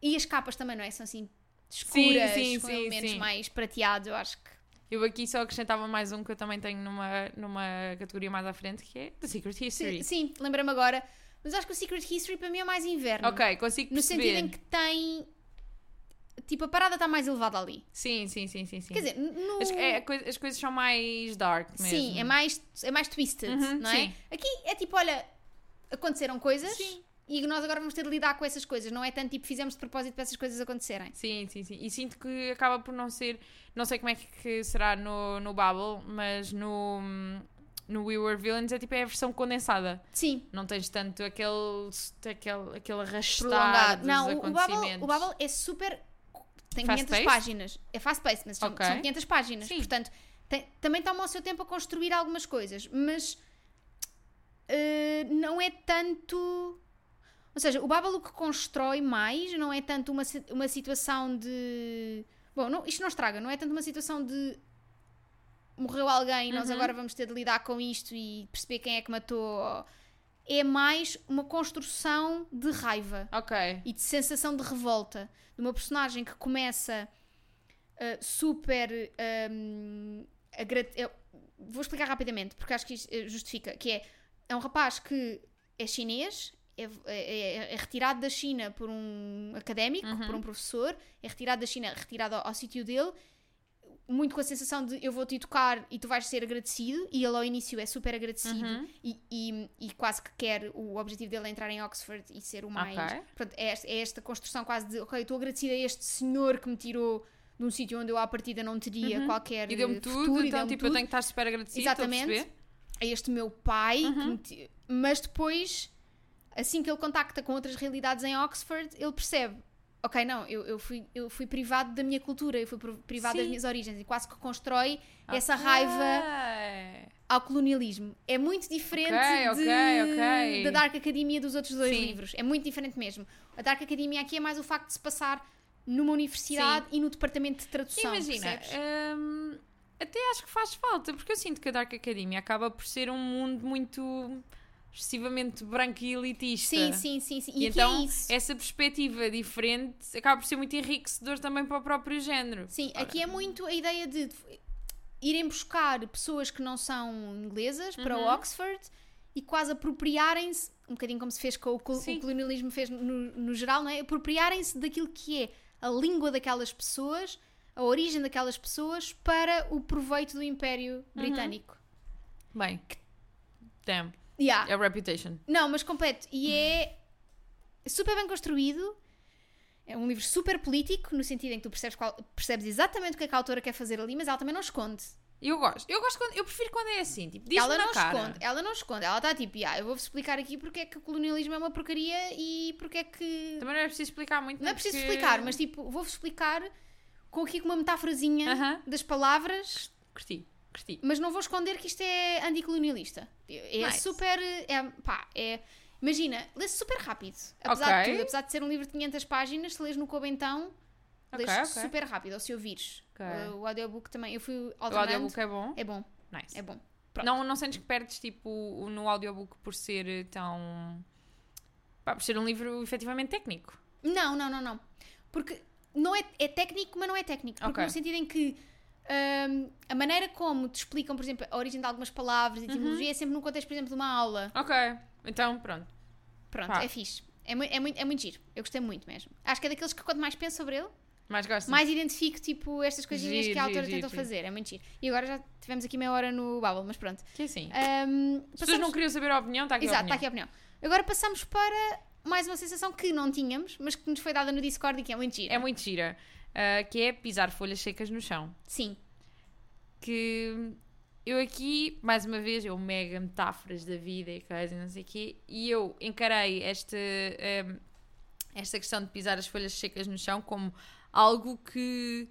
e as capas também, não é? São assim escuras,
sim,
com
sim,
elementos
sim.
mais prateados, eu acho que.
Eu aqui só acrescentava mais um que eu também tenho numa, numa categoria mais à frente que é The Secret History.
Sim, sim lembra-me agora. Mas acho que o Secret History para mim é mais inverno.
Ok, consigo
No
perceber.
sentido em que tem. Tipo, a parada está mais elevada ali.
Sim, sim, sim, sim, sim.
Quer dizer, no.
as, é, a coi- as coisas são mais dark mesmo.
Sim, é mais, é mais twisted,
Uhum,
não é?
sim.
Aqui é tipo, olha, aconteceram coisas
Sim.
e nós agora vamos ter de lidar com essas coisas, não é tanto tipo fizemos de propósito para essas coisas acontecerem.
Sim, sim, sim. E sinto que acaba por não ser. Não sei como é que será no, no Bubble, mas no, hum, no We Were Villains é tipo é a versão condensada.
Sim,
Não tens tanto aquele, aquele, aquele arrastar
prolongado.
dos
Não, o Bubble,
acontecimentos.
o Bubble é super. tem 500
Fast-paced?
páginas. É fast paced, mas são,
Ok.
são 500 páginas.
Sim.
Portanto, tem- também toma o seu tempo a construir algumas coisas, mas. eh, não é tanto. Ou seja, o Bubble o que constrói mais não é tanto uma, si- uma situação de. Bom, não, isto não estraga, não é tanto uma situação de. Morreu alguém,
Uhum.
nós agora vamos ter de lidar com isto e perceber quem é que matou. É mais uma construção de raiva
Ok.
e de sensação de revolta de uma personagem que começa uh, super um, agra- eu vou explicar rapidamente porque acho que isto eh, justifica que é, é um rapaz que é chinês é, é- é retirado da China por um académico,
Uhum.
por um professor é retirado da China, retirado ao, ao sítio dele muito com a sensação de eu vou-te educar e tu vais ser agradecido e ele ao início é super agradecido
Uhum.
e, e- e quase que quer o objetivo dele é entrar em Oxford e ser o mais.
Ok.
Portanto, é esta, é esta construção quase de ok, estou agradecida a este senhor que me tirou de um sítio onde eu à partida não teria qualquer
Uhum. E deu-me tudo,
futuro e
então
deu-me
tipo, eu
tudo
tenho que estar super agradecida. estou a
Exatamente.
perceber?
a este meu pai,
Uhum.
que me ti- mas depois, assim que ele contacta com outras realidades em Oxford, ele percebe: ok, não, eu, eu fui, eu fui privado da minha cultura, eu fui pro- privado das
Sim.
minhas origens, e quase que constrói essa
Ok.
raiva ao colonialismo. É muito diferente
Ok,
de-
ok, ok.
da Dark Academia dos outros dois
Sim.
livros. É muito diferente mesmo. A Dark Academia aqui é mais o facto de se passar numa universidade e no departamento de tradução.
Imagina,
percebes?
hum, até acho que faz falta, porque eu sinto que a Dark Academia acaba por ser um mundo muito excessivamente branco e elitista.
Sim, sim, sim, sim. E,
E
aqui
então,
é isso.
essa perspectiva diferente acaba por ser muito enriquecedor também para o próprio género.
Sim, aqui é muito a ideia de irem buscar pessoas que não são inglesas para o Oxford e quase apropriarem-se, um bocadinho como se fez com o, col-
Sim.
o colonialismo fez no, no geral, não é? Apropriarem-se daquilo que é a língua daquelas pessoas, a origem daquelas pessoas para o proveito do Império Britânico.
Bem, damn,
Yeah.
é a reputation.
Não, mas completo. E é super bem construído. É um livro super político, no sentido em que tu percebes, qual- percebes exatamente o que é que a autora quer fazer ali, mas ela também não esconde.
Eu gosto, eu gosto quando, eu prefiro quando é assim, tipo, diz-me
Ela
na
não
cara.
esconde, ela não esconde, ela está tipo, ah, eu vou-vos explicar aqui porque é que o colonialismo é uma porcaria e porque é que.
Também não é preciso explicar muito.
não é preciso
porque-
explicar, mas tipo, vou-vos explicar com aqui com uma metáforazinha
Aham.
das palavras
Curti. Curti.
Mas não vou esconder que isto é anticolonialista. É
Nice.
super. É, pá, é. Imagina, lê-se super rápido. Apesar de
Ok.
tudo, apesar de ser um livro de 500 páginas, se lês no Kobo então,
Ok,
lês
ok.
super rápido, ou se ouvires.
Ok.
Uh, O audiobook também. Eu fui
O
alternando.
audiobook é bom?
É bom,
Nice.
é bom.
Não, não sentes que perdes tipo o- no audiobook por ser eh, tão. Pá, por ser um livro efetivamente técnico.
Não, não, não, não. Porque não é, é técnico, mas não é técnico. Porque
Ok.
no sentido em que hum, a maneira como te explicam, por exemplo, a origem de algumas palavras e
Uhum.
etimologia é sempre num contexto, por exemplo, de uma aula.
Ok, então pronto.
Pronto,
Pá.
é fixe. É, mui- é, muito, é muito giro. Eu gostei muito mesmo. Acho que é daqueles que quanto mais penso sobre ele,
Mas gosto.
mais identifico, tipo, estas coisinhas
Giro,
que a autora
giro,
tentou
giro, giro.
fazer. É muito giro. E agora já tivemos aqui meia hora no Bubble, mas pronto.
Que assim.
Hum,
As pessoas não
passamos-
queriam saber a opinião, está aqui
Exato,
a
está
opinião.
aqui a opinião. Agora passamos para mais uma sensação que não tínhamos, mas que nos foi dada no Discord e que é muito giro.
É muito gira. ah, que é pisar folhas secas no chão.
Sim.
que eu aqui, mais uma vez, eu mega metáforas da vida e coisa e não sei o quê, e eu encarei esta, ehm, esta questão de pisar as folhas secas no chão como algo que,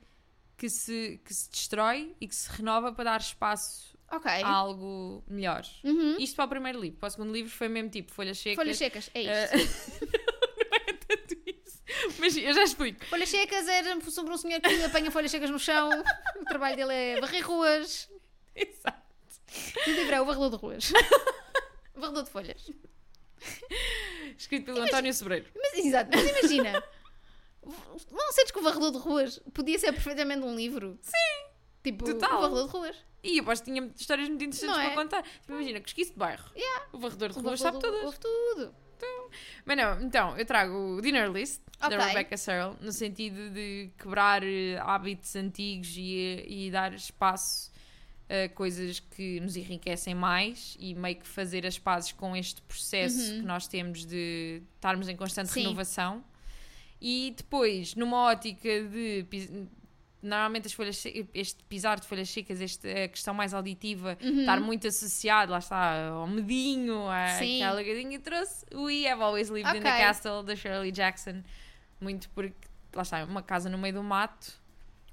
que, se, que se destrói e que se renova para dar espaço
Ok.
a algo melhor.
É? Uhum.
Isto para o primeiro livro, para o segundo livro foi mesmo tipo folhas secas.
Folhas secas, é isto.
Eh, [laughs] não é tanto isso. Mas eu já explico.
Folhas secas era sobre um senhor que apanha folhas secas no chão. o trabalho dele é varrer ruas.
Exato.
O livro é o varredor de ruas. varredor de folhas.
Escrito pelo António Sobreiro.
Mas, exato, mas imagina. Não sentes que o varredor de ruas podia ser perfeitamente um livro? Sim. Tipo,
Total.
o varredor de ruas.
E aposto que tinha histórias muito interessantes
Não é?
para contar. Tipo, imagina, cosquice de bairro. O varredor de
O
rua
varredor
sabe
de-
todas.
Ouve tudo.
Mas não, então, eu trago o Dinner List
Ok.
da Rebecca Searle, no sentido de quebrar eh, hábitos antigos e, e dar espaço a coisas que nos enriquecem mais e meio que fazer as pazes com este processo que nós temos de estarmos em constante
Uhum. Sim.
renovação. E depois, numa ótica de. pis- Normalmente as folhas se- este pisar de folhas secas, este, a questão mais auditiva,
Uhum.
estar muito associado, lá está, ao medinho,
Sim.
àquela coisinha e trouxe We Have Always Lived in the
Ok.
Castle, da Shirley Jackson. Muito porque, lá está, uma casa no meio do mato,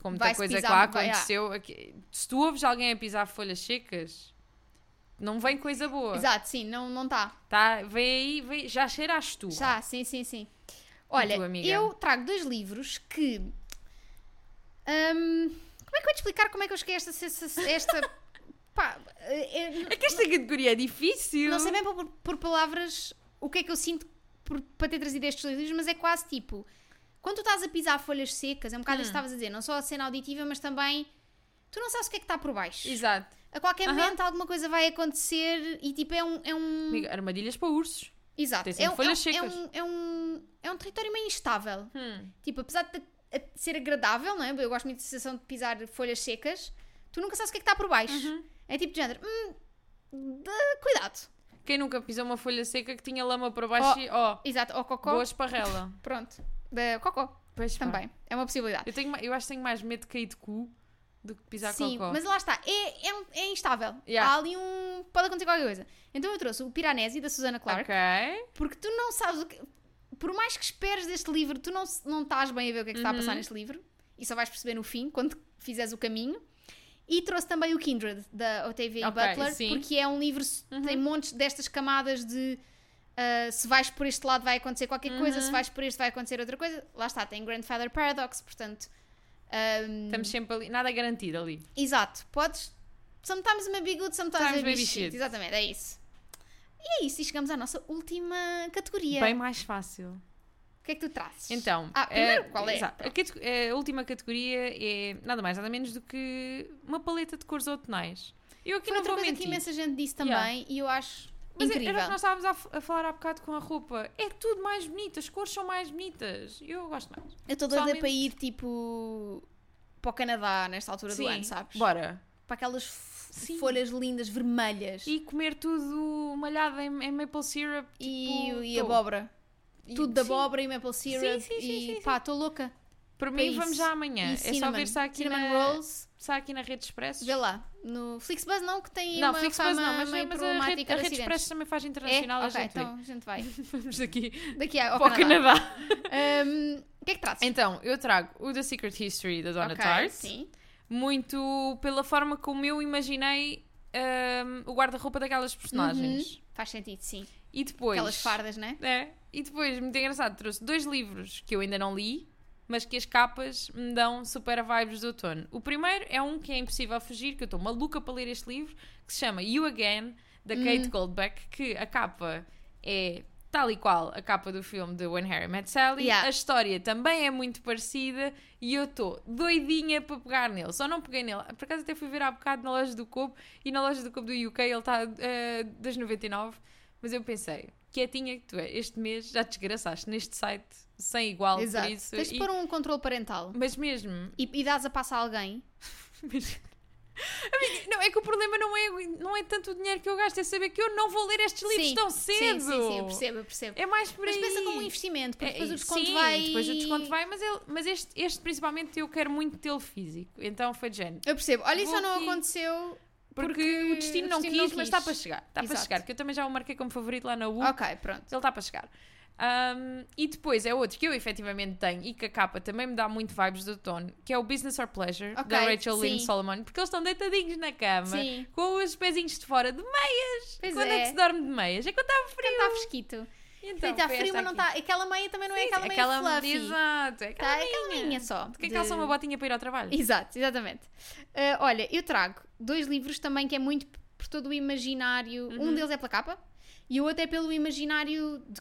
com muita
Vai-se
coisa que
pisar
lá
muito bem, ah.
aconteceu. aqui- Se tu ouves alguém a pisar folhas secas, não vem coisa boa.
Exato, sim, não não está.
Tá? Vem aí, vem- já cheira a tu.
Está, sim, sim, sim. Olha,
tua, amiga?
eu trago dois livros que. Hum, como é que eu vou te explicar como é que eu cheguei a esta. sensa- esta [laughs] pá, é-
É que esta categoria é difícil.
Não sei bem por, por palavras o que é que eu sinto por, para ter trazido estes dois livros, mas é quase tipo. Quando tu estás a pisar folhas secas, é um bocado isso
Hum.
que estavas a dizer, não só a cena auditiva, mas também. Tu não sabes o que é que está por baixo.
Exato.
A qualquer
Aham.
momento alguma coisa vai acontecer e tipo é um. É um
Amiga, armadilhas para ursos.
exato.
tem
É
sempre
um, é,
folhas
um, é,
secas.
um, é, um, é um território meio instável. Tipo, apesar de a- a- ser agradável, não é? Eu gosto muito da sensação de pisar folhas secas, tu nunca sabes o que é que está por baixo.
Uhum.
É tipo de género. Hum, de- cuidado.
Quem nunca pisou uma folha seca que tinha lama para baixo
Oh.
e. Oh,
Exato, ou cocó.
boa esparrela.
Pronto. Da Cocó
Pois pá.
também. É uma possibilidade.
Eu, tenho, ma- eu acho que tenho mais medo de cair de cu do que pisar
Sim,
cocó.
mas lá está. É, é, um- é instável.
Yeah.
Há ali um. Pode acontecer qualquer coisa. Então eu trouxe o Piranesi da Susana Clark.
Ok.
Porque tu não sabes o que. Por mais que esperes deste livro, tu não, s- não estás bem a ver o que é que está a passar
Uhum.
neste livro. E só vais perceber no fim, quando fizeres o caminho. E trouxe também o Kindred, da Octavia E.
Ok,
Butler,
sim. Uhum.
porque é um livro. s- Tem montes destas camadas de. ah, se vais por este lado vai acontecer qualquer coisa,
Uhum.
se vais por este vai acontecer outra coisa. Lá está, tem Grandfather Paradox, portanto. ahm,
Estamos sempre ali. Nada é garantido ali.
Exato, podes. Sometimes I'm a big good, sometimes,
Sometimes
I'm a big
baby
shit.
shit.
Exatamente, é isso. E é isso, e chegamos à nossa última categoria.
Bem mais fácil.
O que é que tu trazes?
Então.
Ah, primeiro, qual é?
exato. A, cate- eh, a última categoria é nada mais, nada menos do que uma paleta de cores outonais. Eu aqui
Foi
não
outra
vou
coisa
mentir.
que imensa gente disse também
Yeah.
e eu acho
Mas é-
incrível.
era o que nós estávamos a, f- a falar há bocado com a roupa. É tudo mais bonito, as cores são mais bonitas. Eu gosto mais.
Eu estou doida
Pessoalmente-
para ir tipo para o Canadá nesta altura do ano, sabes?
Bora.
Para aquelas f-
Sim.
folhas lindas vermelhas e,
E comer tudo malhado em, em maple syrup. tipo,
e
tô.
abóbora.
E-
Tudo de
sim.
abóbora e maple syrup
sim, sim,
e
sim,
pá, estou louca. Para
Para mim,
isso.
vamos já amanhã.
E
é só
cinnamon.
ver se há aqui,
Cinnamon
na,
rolls.
se há aqui na Rede Expresso.
Vê lá, no Flixbus não, que tem
não,
uma
Flixbus
fama
não, mas,
meio
mas a Rede,
problemática
a
de
Rede
acidentes.
Expresso também faz internacional.
É?
a
Ok,
gente vê.
então a gente vai.
[laughs]
[laughs]
Vamos daqui
Daqui a, ao
para o
Canadá.
Canadá.
Ahm, O que é que trazes?
Então, eu trago o The Secret History da Donna
Ok,
Tartt.
Sim.
muito pela forma como eu imaginei hum, o guarda-roupa daquelas personagens.
Faz sentido, sim.
E depois.
Uhum. Aquelas fardas, né?
É. E depois, muito engraçado, trouxe dois livros que eu ainda não li, mas que as capas me dão super vibes de outono. O primeiro é um que é impossível fugir, que eu estou maluca para ler este livro, que se chama You Again, da Kate Goldbeck, que a capa é tal e qual a capa do filme de When Harry Met Sally.
Yeah.
A história também é muito parecida e eu estou doidinha para pegar nele. Só não peguei nele. Por acaso até fui ver há bocado na loja do Cobo e na loja do Cobo do UK ele está eh, 2,99. Mas eu pensei, quietinha que tu é, este mês já te desgraçaste neste site sem igual
Exato.
por isso.
Tens de
e-
pôr um controle parental.
Mas mesmo, [laughs]
E, e dás a passa a alguém.
Mas- Amiga, Não, é que o problema não é, não é tanto o dinheiro que eu gasto, é saber que eu não vou ler estes livros
Sim.
tão
Sim,
cedo.
sim, sim, eu percebo, eu percebo.
É mais por
Mas
aí.
pensa como um investimento, porque
É,
depois o desconto
sim,
vai.
depois o desconto vai, mas, ele- mas este, este principalmente eu quero muito tê-lo físico. Então foi de género.
Eu percebo. Olha, isso
Vou
não
aqui.
aconteceu.
Porque, o destino não quis, mas está para chegar. Está para
Exato.
chegar, que eu também já o marquei como favorito lá na U.
Ok, pronto.
Ele está para chegar. Um, e depois é outro que eu efetivamente tenho e que a capa também me dá muito vibes do outono, que é o Business or Pleasure,
Ok,
da Rachel Lynn
sim.
Solomon, porque eles estão deitadinhos na cama,
Sim.
com os pezinhos de fora, de meias.
Pois
quando
é.
é. que se dorme de meias? É quando está frio.
Está fresquito.
Então,
Então, está
foi
frio,
esta
mas não está.
aqui.
Aquela meia também não é
Sim,
aquela meia fluffy.
Exato, é
Tá,
aquela
é aquela
meinha.
meinha só.
Porque
de-
aquela só uma botinha para ir ao trabalho.
[laughs] Exato, exatamente. Ah, olha, eu trago dois livros também que é muito p- por todo o imaginário. Um
Uhum.
deles é pela capa e o outro é pelo imaginário de-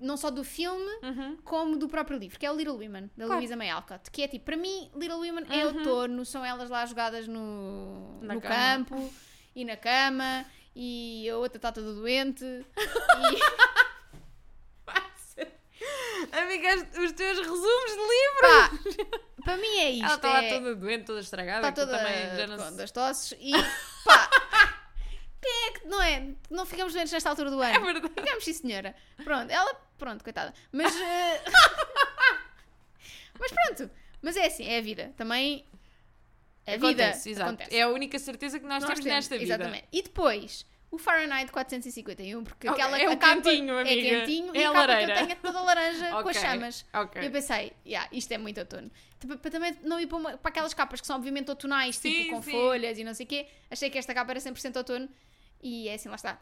não só do filme,
Uhum.
como do próprio livro, que é o Little Women, da
Claro. Uhum.
Luísa May Alcott. Que é tipo, para mim, Little Women é outono, são elas lá jogadas no,
Na
no
cama.
campo e na cama, e a outra está toda
[laughs]
doente.
[laughs] Amigas, os teus resumos de livro.
Pá, para mim é isto.
Ela está lá
é-
toda doente, toda estragada.
Está
que eu
Tá toda
também já não
com
sei-
das tosses e pá, quem é que não é? Não ficamos doentes nesta altura do
[laughs] É
ano.
verdade.
ficamos, sim senhora. Pronto, ela, pronto, coitada. Mas,
[laughs]
eh, mas pronto, mas é assim, é a vida. Também é a
Acontece,
vida
exato.
acontece.
É a única certeza que nós,
Nós
temos,
temos,
nesta vida.
Exatamente. E depois, o Fahrenheit 451, porque
Ok,
aquela
é o
a capa
quentinho, amiga.
é quentinho e
É
a,
a
capa que
lareira.
eu tenho é toda laranja com as
Ok,
chamas.
ok.
E eu pensei, yeah, isto é muito outono. Tipo, Para também não ir para, uma- para aquelas capas que são obviamente outonais, tipo
Sim,
com
sim.
folhas e não sei o quê, achei que esta capa era 100% outono e é assim, lá está.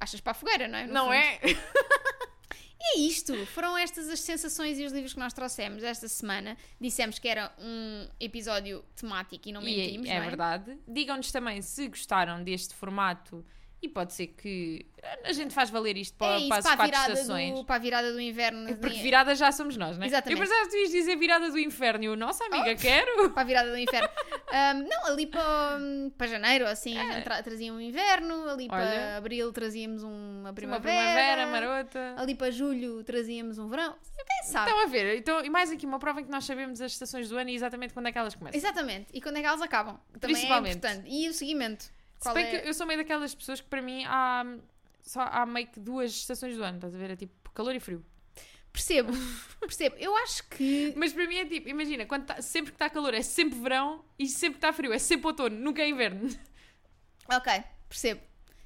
Achas para a fogueira, não é? No
Não
fundo.
é?
E é isto. Foram estas as sensações e os livros que nós trouxemos esta semana. Dissemos que era um episódio temático e [laughs] não
E
mentimos,
é, é
não é?
verdade. Digam-nos também se gostaram deste formato e pode ser que a gente faz valer isto para,
É isso,
para as
para a
quatro
virada
estações. É
do- para a virada do inverno.
Porque
né?
virada já somos nós, não é?
Exatamente. Oh,
Eu pensava que tu ias dizer virada do inferno e eu, nossa
[laughs]
amiga, quero.
para a virada do
[laughs]
inferno. Ahm, não, ali para, hum, para janeiro, assim, a gente tra- trazia um inverno, ali para
É. Olha.
abril trazíamos um, uma primavera,
Uma primavera marota.
ali para julho trazíamos um verão. Quem sabe?
Estão a ver, então, e mais aqui uma prova em que nós sabemos as estações do ano e exatamente quando é que elas começam.
Exatamente. E quando é que elas acabam? Também é
Principalmente.
importante. E o seguimento?
Se
Qual
bem
é?
que eu sou meio daquelas pessoas que para mim há, só, há meio que duas estações do ano, estás a ver? É tipo calor e frio. [laughs]
Percebo, percebo. Eu acho que.
Mas para mim é tipo, imagina, quando tá- sempre que está calor é sempre verão e sempre que está frio é sempre outono, nunca
[laughs]
é inverno.
Ok, percebo.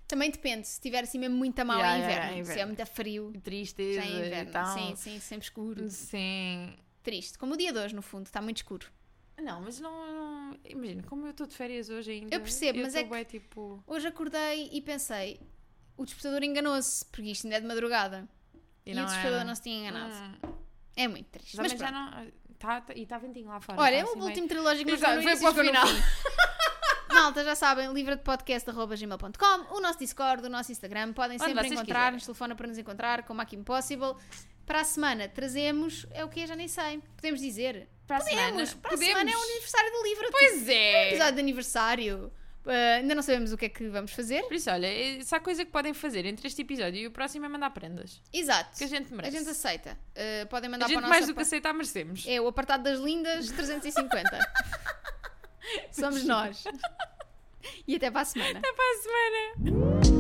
Também depende, se tiver assim mesmo muita mal
Yeah,
é
yeah,
inverno.
é
Se é
inverno. então.
muito frio,
Tristeza
já é inverno.
e tal.
Sim, sim, sempre escuro.
Sim.
Triste. Como o dia de hoje, no fundo, está muito escuro.
Não, mas não, não- Imagina, como eu estou de férias hoje ainda.
Eu percebo, mas é
estou bué, tipo.
Hoje acordei e pensei, o despertador enganou-se, porque isto ainda é de madrugada. E, o
é,
despertador não se tinha enganado.
Hum,
É muito triste.
já,
Mas
mas já
pronto.
não. Tá, tá- e está ventinho lá fora.
Olha,
tá
é o
assim meio-
último trilógico que
Exato, foi para o final.
Malta, já sabem, livradepodcast.gmail.com, o nosso Discord, o nosso Instagram, podem
Onde
sempre
vocês
encontrar,
quiserem.
nos telefona para nos encontrar, como aqui Impossible. Para a semana trazemos, é o que já nem sei, podemos dizer.
Para a
podemos,
semana.
para a semana é o
Podemos.
aniversário do livro. tipo,
Pois é!
Episódio de aniversário. Ah, ainda não sabemos o que é que vamos fazer.
Por isso, olha, eh, se há coisa que podem fazer entre este episódio e o próximo é mandar prendas.
Exato.
Que a gente merece.
A gente aceita. Uh, podem mandar
A gente
para o
mais
nosso
do que aceitar, merecemos.
É o apartado das lindas
[laughs]
350. Somos nós. E até para a semana.
né? Até para a semana!